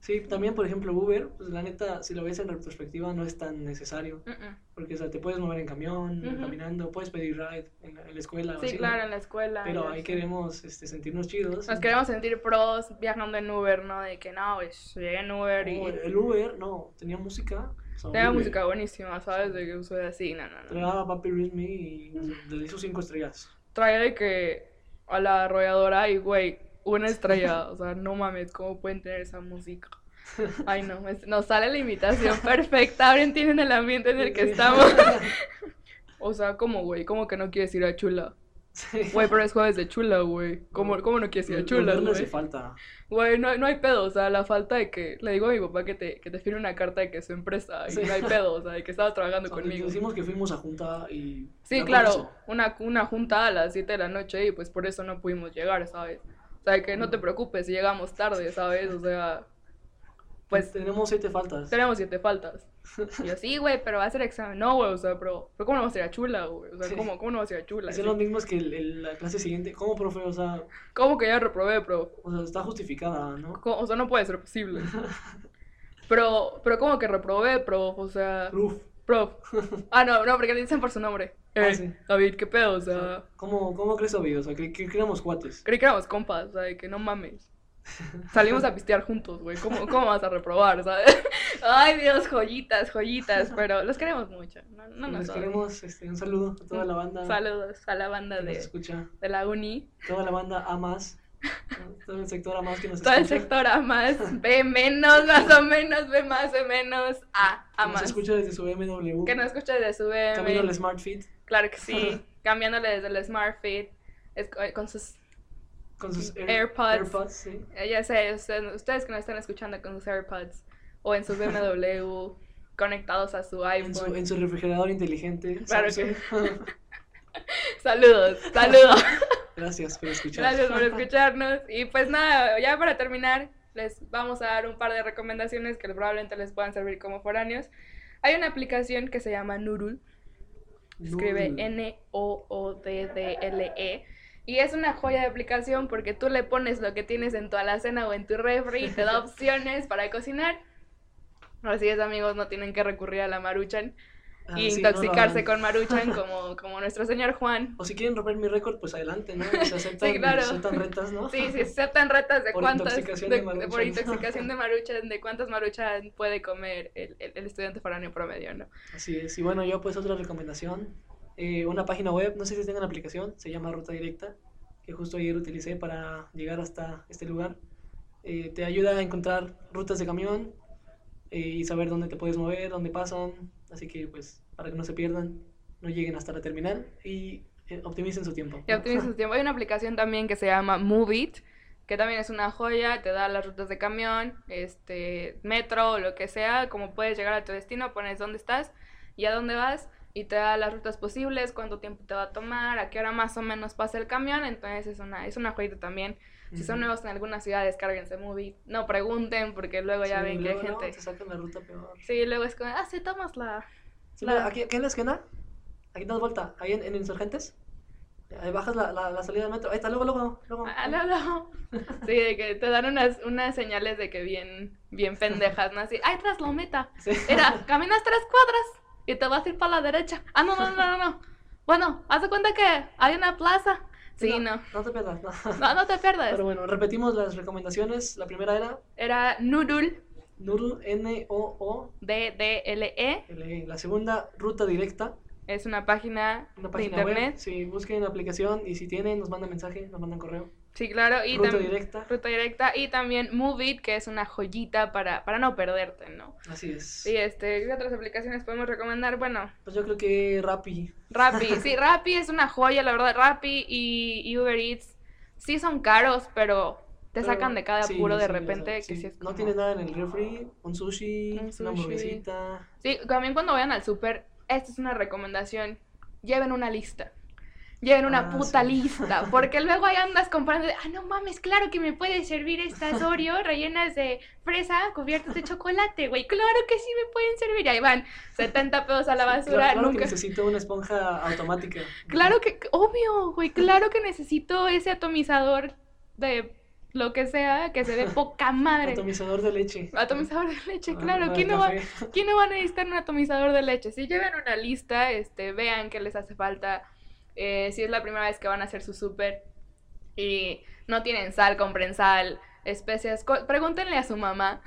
S2: Sí, también, por ejemplo, Uber, pues la neta, si lo ves en retrospectiva, no es tan necesario.
S1: mm, mm.
S2: Porque, o sea, te puedes mover en camión,
S1: Ujú.
S2: caminando, puedes pedir ride en la, en la escuela. o así,
S1: Sí,
S2: ¿no?
S1: claro, en la escuela.
S2: Pero
S1: en
S2: ahí
S1: las-
S2: queremos este, sentirnos chidos.
S1: Nos queremos sentir pros viajando en Uber, ¿no? De que no, pues, llegué en Uber y
S2: No, el Uber, no, tenía música. o sea,
S1: Tenía
S2: Uber
S1: música buenísima, ¿sabes? De que uso de así, no, no, no.
S2: Entregaba Papi Luis Me y no sé, le hizo cinco estrellas.
S1: Traía de que a la arrolladora y, güey, una estrella. O sea, no mames, ¿cómo pueden tener esa música? Ay, no, es- nos sale la imitación perfecta. Ahora entienden el ambiente en el que estamos. O sea, como, güey, como que no quieres ir a Chula.
S2: [LAUGHS] Sí.
S1: Güey, pero es jueves de Chula, güey. ¿Cómo, cómo no quieres ir a Chula,
S2: Uber le hace
S1: güey?
S2: falta.
S1: Güey, no, hay- no hay pedo, o sea, la falta de que... Le digo a mi papá que te, que te firme una carta de que es su empresa y
S2: Sí.
S1: no hay pedo, o sea, de que estaba
S2: [LAUGHS] O
S1: trabajando
S2: sea,
S1: conmigo.
S2: Decimos que fuimos a junta y.
S1: Sí,
S2: ya con
S1: claro,
S2: eso.
S1: una, una junta a las 7 de la noche y pues por eso no pudimos llegar, ¿sabes? O sea, que no te preocupes si llegamos tarde, ¿sabes? O sea, pues
S2: Tenemos siete faltas.
S1: tenemos siete faltas. Y yo, sí, güey, pero va a ser examen. No, güey, o sea, pero, pero ¿cómo no vas a ir a chula, güey? O sea,
S2: Sí.
S1: ¿cómo, cómo no vas a ir a chula?
S2: Y son los mismos que el- el- la clase siguiente. ¿Cómo, profe? O sea,
S1: ¿Cómo que ya reprobé, pero
S2: o sea, está justificada, ¿no?
S1: co- O sea, no puede ser
S2: [LAUGHS]
S1: posible. Pero, pero ¿cómo que reprobé, prof? O sea,
S2: Uf.
S1: prof. Ah, no, no, porque le dicen por su nombre.
S2: Ah,
S1: Eh,
S2: sí.
S1: David, ¿qué pedo? O
S2: o
S1: sea,
S2: sea, ¿Cómo, cómo crees, Ovidio? O sea, que, que, que éramos cuates.
S1: Creí que éramos compas, o sea, de que no mames. Salimos a pistear juntos, güey. ¿Cómo, ¿Cómo vas a reprobar, sabes? [LAUGHS] Ay, Dios, joyitas, joyitas. Pero los queremos mucho. No, no
S2: Les
S1: nos saben.
S2: queremos este, un saludo a toda la banda
S1: Saludos a la banda
S2: que nos
S1: de,
S2: escucha.
S1: de la uni.
S2: Toda la banda A más. ¿no? Todo el sector A más que nos
S1: Todo el
S2: escucha.
S1: sector A
S2: [LAUGHS]
S1: más, B menos, más o menos, B más, B menos, A,
S2: que
S1: A
S2: Nos
S1: más.
S2: escucha desde su BMW.
S1: Que nos escucha desde su
S2: Camino al
S1: BM.
S2: Smart Fit
S1: Claro que sí. Cambiándole desde el SmartFit. eh, Con sus
S2: con sus Air-
S1: AirPods.
S2: AirPods, sí.
S1: Eh, Ya sé, usted- ustedes que nos están escuchando con sus AirPods o en su BMW [LAUGHS] conectados a su
S2: En su,
S1: iPhone.
S2: en su refrigerador inteligente.
S1: Claro
S2: Samsung. [LAUGHS]
S1: Saludos, saludos.
S2: Gracias por escuchar.
S1: Gracias por
S2: [LAUGHS]
S1: escucharnos. Y pues nada, ya para terminar, les vamos a dar un par de recomendaciones que probablemente les puedan servir como foráneos. Hay una aplicación que se llama Nurul, se escribe
S2: Nul.
S1: N-O-O-D-D-L-E. E. Y es una joya de aplicación porque tú le pones lo que tienes en tu alacena o en tu refri y te
S2: [LAUGHS]
S1: da opciones para cocinar. Así es, amigos, no tienen que recurrir a la maruchan
S2: Ah,
S1: y
S2: sí, no lo
S1: intoxicarse
S2: hagan.
S1: con
S2: [LAUGHS]
S1: maruchan como, como nuestro señor Juan.
S2: O si quieren romper mi récord, pues adelante, ¿no? Se aceptan,
S1: Sí, claro.
S2: se aceptan retas, ¿no?
S1: Sí, sí, aceptan retas de
S2: Por
S1: cuántas.
S2: intoxicación
S1: de-
S2: de Maruchan.
S1: por intoxicación de maruchan, de cuántas maruchan puede comer el, el- el estudiante foráneo promedio, ¿no?
S2: [LAUGHS] Así es. Y bueno, yo pues otra recomendación. eh, una página web, no sé si tengan aplicación, se llama Ruta Directa, que justo ayer utilicé para llegar hasta este lugar. Eh, te ayuda a encontrar rutas de camión eh, y saber dónde te puedes mover, dónde pasan. Así que pues para que no se pierdan, no lleguen hasta la terminal. Y eh, optimicen su tiempo.
S1: Y optimizas
S2: [LAUGHS]
S1: tu tiempo. Hay una aplicación también que se llama Move It, que también es una joya, te da las rutas de camión, este, metro o lo que sea, como puedes llegar a tu destino, pones dónde estás y a dónde vas y te da las rutas posibles, cuánto tiempo te va a tomar, a qué hora más o menos pasa el camión, entonces es una es una joyita también. Si son
S2: Ujú.
S1: nuevos en alguna ciudad, descárguense Move It. No pregunten porque luego ya
S2: Sí,
S1: ven que hay
S2: luego, luego
S1: gente.
S2: te sacan la ruta peor.
S1: Sí, luego es como, ah, sí, tomas la
S2: Sí,
S1: Claro.
S2: mira, aquí, aquí en la esquina, aquí das vuelta, ahí en, en Insurgentes, ahí bajas la, la, la salida del metro, ahí está, luego, luego, luego.
S1: Ah, no, no. Sí, de que te dan unas, unas señales de que bien, bien pendejas, ¿no? Así, ay, tras la meta.
S2: Sí.
S1: Mira, caminas tres cuadras y te vas a ir para la derecha. Ah, no, no, no, no, no. Bueno, haz de cuenta que hay una plaza. Sí, no.
S2: No te
S1: [LAUGHS]
S2: pierdas, no.
S1: No, no te pierdas.
S2: Pero bueno, repetimos las recomendaciones. La primera era
S1: Era Nudul,
S2: Nurl, N-O-O-L-E.
S1: D-D-L-E.
S2: E. La segunda, Ruta Directa,
S1: E, Es una página,
S2: una
S1: de
S2: página
S1: internet.
S2: web. Si busquen la aplicación y si tienen, nos mandan mensaje, nos mandan correo.
S1: Sí, claro. Y
S2: Ruta
S1: tam-
S2: Directa,
S1: Ruta directa. Y también Moveit, que es una joyita para, para no perderte, ¿no?
S2: así es.
S1: Y este, ¿qué otras aplicaciones podemos recomendar? Bueno,
S2: Pues yo creo que Rappi. [LAUGHS]
S1: Rappi, sí, Rappi es una joya, la verdad. Rappi y y Uber Eats sí son caros, pero te
S2: Pero-
S1: sacan de cada
S2: sí,
S1: apuro de
S2: sí, o sea,
S1: repente. que
S2: sí.
S1: sí es
S2: No
S1: como-
S2: tienes nada en el refri, un sushi,
S1: Un sushi.
S2: una hamburguesita.
S1: Sí, también cuando vayan al súper, esta es una recomendación. Lleven una lista. Lleven una
S2: Ah,
S1: puta
S2: sí. [LAUGHS]
S1: lista, porque luego ahí andas comprando, de, ah, no mames, claro que me puede servir estas
S2: [LAUGHS]
S1: Oreo rellenas de fresa cubiertas de chocolate, güey, claro que sí me pueden servir. Y ahí van 70 pesos a la
S2: Sí,
S1: basura,
S2: claro, claro que
S1: nunca.
S2: necesito una esponja automática.
S1: Claro que, obvio, güey, claro que necesito ese atomizador de lo que sea que se dé poca madre.
S2: Atomizador de leche.
S1: Atomizador de leche,
S2: Ah,
S1: claro.
S2: para
S1: ¿Quién
S2: el
S1: no, va,
S2: café.
S1: ¿Quién no va a necesitar un atomizador de leche? Si llevan una lista, este, vean qué les hace falta. eh, si es la primera vez que van a hacer su súper y no tienen sal, compren sal, especias. co- Pregúntenle a su mamá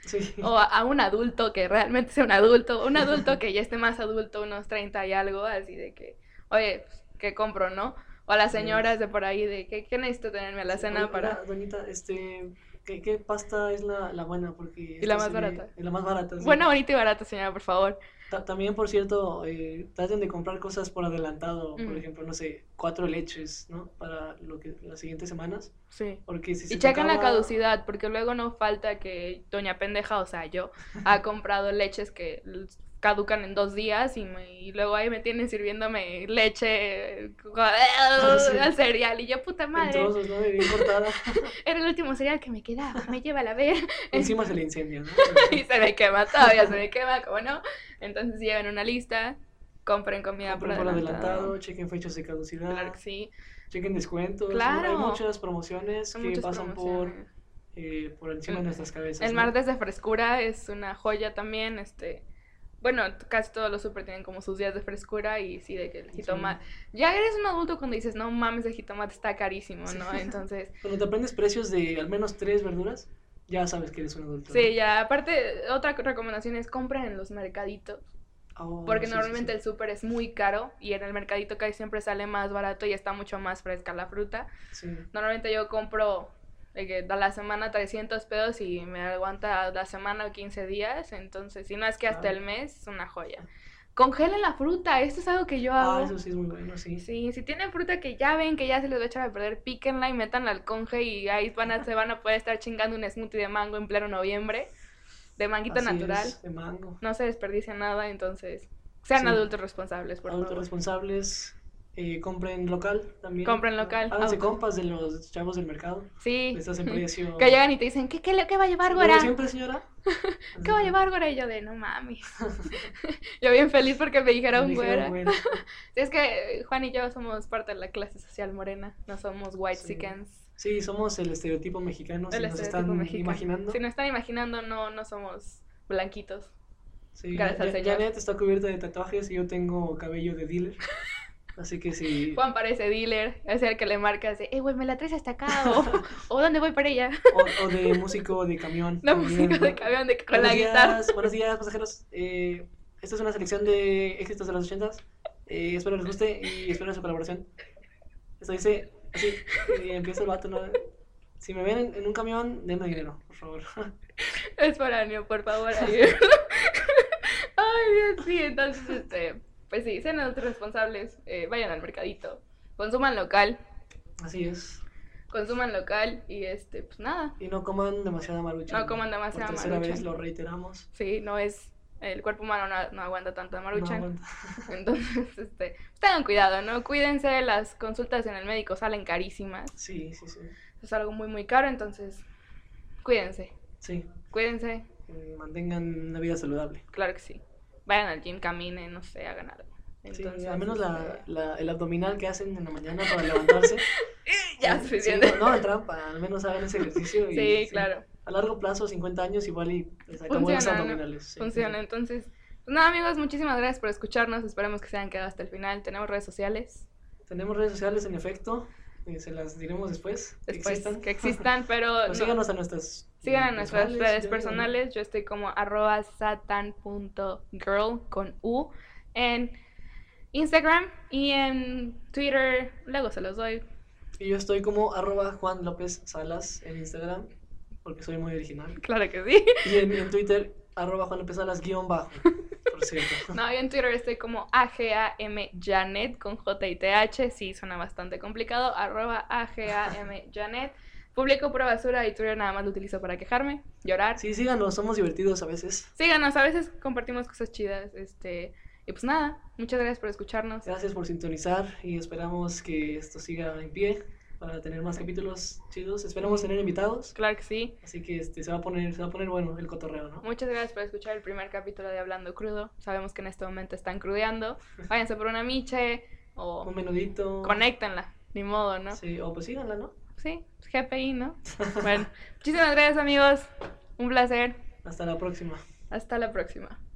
S2: Sí.
S1: o a, a un adulto que realmente sea un adulto, un adulto que ya esté más adulto, unos 30 y algo, así de que, oye, pues, ¿qué compro, no? O a las
S2: Sí.
S1: señoras de por ahí, de que, ¿qué necesito tenerme a la
S2: Sí,
S1: cena
S2: oiga,
S1: para...?
S2: oiga, Doñita, este, ¿qué, qué pasta es la, la buena? Porque esta
S1: la más
S2: se-
S1: barata.
S2: Y la más barata. sí.
S1: Buena, bonita y barata, señora, por favor.
S2: Ta- también, por cierto, eh, traten de comprar cosas por adelantado. Por
S1: Ujú.
S2: ejemplo, no sé, cuatro leches, ¿no? Para lo que, las siguientes semanas.
S1: Sí.
S2: Porque si se
S1: Y
S2: te
S1: chequen la
S2: acaba-
S1: caducidad, porque luego no falta que doña pendeja, o sea, yo,
S2: [LAUGHS]
S1: ha comprado leches que l- caducan en dos días y, me- y luego ahí me tienen sirviéndome leche
S2: Ah,
S1: al [LAUGHS] cereal y yo, puta
S2: en
S1: madre,
S2: trozos, ¿no? Y bien cortada.
S1: era el último cereal que me quedaba, me lleva a la ver. [LAUGHS]
S2: Encima se le incendia, ¿no?
S1: y se me quema, todavía se me quema, ¿cómo no? Entonces lleven una lista, compren comida
S2: Compren por adelantado, chequen fechas de caducidad,
S1: Claro que sí,
S2: chequen descuentos. ¿no?
S1: Claro.
S2: Hay muchas promociones
S1: son
S2: que
S1: muchas
S2: pasan por,
S1: promociones.
S2: eh, por encima
S1: El-
S2: de nuestras cabezas.
S1: El
S2: ¿no?
S1: martes de frescura es una joya también, este... Bueno, casi todos los super tienen como sus días de frescura y sí, de que el
S2: Sí.
S1: jitomate... Ya eres un adulto cuando dices, no mames, el jitomate está carísimo, ¿no?
S2: [LAUGHS]
S1: Entonces,
S2: Cuando te aprendes precios de al menos tres verduras, ya sabes que eres un adulto.
S1: sí, ya. Aparte, otra recomendación es compren en los mercaditos.
S2: ¿no? Oh,
S1: Porque
S2: sí, sí,
S1: normalmente
S2: sí.
S1: el súper es muy caro y en el mercadito casi siempre sale más barato y está mucho más fresca la fruta.
S2: Sí.
S1: Normalmente yo compro de que a la semana 300 pesos y me aguanta la semana o 15 días. Entonces, si no es que hasta
S2: Claro.
S1: el mes, es una joya. Congelen la fruta, esto es algo que yo hago.
S2: Ah, eso sí es muy bueno, sí.
S1: Sí, si tienen fruta que ya ven que ya se les va a echar a perder, píquenla y métanla al conge y ahí van a, se van a poder estar chingando un smoothie de mango en pleno noviembre, de manguito
S2: Así
S1: natural
S2: es, de mango.
S1: no se desperdicia nada, entonces sean
S2: Sí.
S1: adultos responsables, por
S2: Adultos
S1: favor.
S2: responsables, eh, compren local también.
S1: Compren local,
S2: Háganse
S1: auto.
S2: compas de los chavos del mercado.
S1: Sí,
S2: Les hacen precio.
S1: [LAUGHS] que llegan y te dicen, ¿qué, qué, le- qué va a llevar,
S2: Como
S1: güera? [LAUGHS]
S2: siempre, señora.
S1: ¿Qué va a llevar, güera? Y yo de, no mames. [LAUGHS] yo bien feliz porque me
S2: Me
S1: dijeron, güera. [LAUGHS]
S2: dijeron, güera.
S1: Sí, es que eh, Juan y yo somos parte de la clase social morena, no somos white
S2: Sí.
S1: chickens.
S2: Sí, somos el estereotipo mexicano. si nos están imaginando.
S1: Si nos están imaginando, no, no somos blanquitos.
S2: Sí,
S1: Gracias
S2: Ya-
S1: al
S2: Ya-
S1: señor.
S2: Janet está cubierta de tatuajes y yo tengo cabello
S1: [LAUGHS]
S2: de dealer. Así que sí.
S1: Juan parece dealer, es el que le marca de, eh, güey, me la traes hasta acá,
S2: [LAUGHS]
S1: o, o ¿dónde voy para ella?
S2: O, o de músico de camión.
S1: La
S2: también,
S1: música [LAUGHS]
S2: ¿no?
S1: de camión de, con la
S2: Buenos
S1: guitarra.
S2: días, buenos días, pasajeros. Eh, esta es una selección de éxitos de los ochentas. Eh, espero les guste y espero su colaboración. Esto dice así, y empieza el vato, ¿no? Si me ven en, en un camión, denme dinero, por favor. [LAUGHS]
S1: Es foráneo, por favor. ayúdenme. Ay, Dios, sí, entonces, este, pues sí, sean adultos responsables, eh, vayan al mercadito, consuman local,
S2: Así es.
S1: consuman local y este, pues nada.
S2: Y no coman demasiada marucha.
S1: No coman demasiada
S2: Por tercera
S1: maruchan.
S2: vez lo reiteramos.
S1: Sí, no es, el cuerpo humano no, no aguanta tanto de
S2: No
S1: maruchan.
S2: aguanta. [LAUGHS]
S1: Entonces, este, tengan cuidado, ¿no? Cuídense, las consultas en el médico salen carísimas.
S2: Sí, sí, sí.
S1: Es algo muy, muy caro, entonces, cuídense,
S2: Sí.
S1: cuídense,
S2: eh, Mantengan una vida saludable.
S1: claro que sí. Vayan al gym, caminen, no sé, hagan algo.
S2: Sí,
S1: Entonces,
S2: al menos la, [LAUGHS]
S1: este,
S2: la- el abdominal que hacen en la mañana para levantarse.
S1: [LAUGHS] Ya,
S2: Sí,
S1: suficiente.
S2: no, no, de trampa. Al menos hagan ese ejercicio. Y,
S1: Sí, claro,
S2: A largo plazo, 50 años, igual y les acabó los
S1: Funciona, ¿no?
S2: abdominales. sí.
S1: funciona. Entonces, pues nada, amigos, muchísimas gracias por escucharnos. Esperemos que se hayan quedado hasta el final. Tenemos redes sociales
S2: Tenemos redes sociales, en efecto. eh, se las diremos después. que
S1: después
S2: existan.
S1: que existan, pero.
S2: [LAUGHS] Pero
S1: no.
S2: síganos a nuestras.
S1: Sigan a
S2: eh,
S1: nuestras
S2: personales,
S1: redes
S2: yo-
S1: personales. Yo estoy como arroba satan.girl con U en Instagram y en Twitter. Luego se los doy. [LAUGHS]
S2: Y yo estoy como arroba Juan López Salas en Instagram, porque soy muy original.
S1: Claro que sí.
S2: Y en, en Twitter, arroba Juan López Salas guión bajo, por cierto.
S1: No, yo en Twitter estoy como AGAM Janet con J y TH. Sí, suena bastante complicado. Arroba AGAM
S2: [LAUGHS]
S1: Janet. Publico pura basura y Twitter nada más lo utilizo para quejarme, llorar.
S2: Sí, síganos, somos divertidos a veces.
S1: Síganos, a veces compartimos cosas chidas. Este, y pues nada, muchas gracias por escucharnos.
S2: Gracias por sintonizar y esperamos que esto siga en pie para tener más capítulos chidos. Esperamos tener invitados,
S1: Claro que sí.
S2: así que este, se, va a poner, se va a poner bueno el cotorreo, ¿no?
S1: Muchas gracias por escuchar el primer capítulo de Hablando Crudo. Sabemos que en este momento están
S2: [LAUGHS]
S1: crudeando. Váyanse por una miche o
S2: Un menudito.
S1: conéctenla. Ni modo, ¿no? Sí,
S2: Sí, o pues síganla, ¿no?
S1: pues, GPI, ¿no? Bueno, muchísimas gracias, amigos. Un placer.
S2: Hasta la próxima.
S1: Hasta la próxima.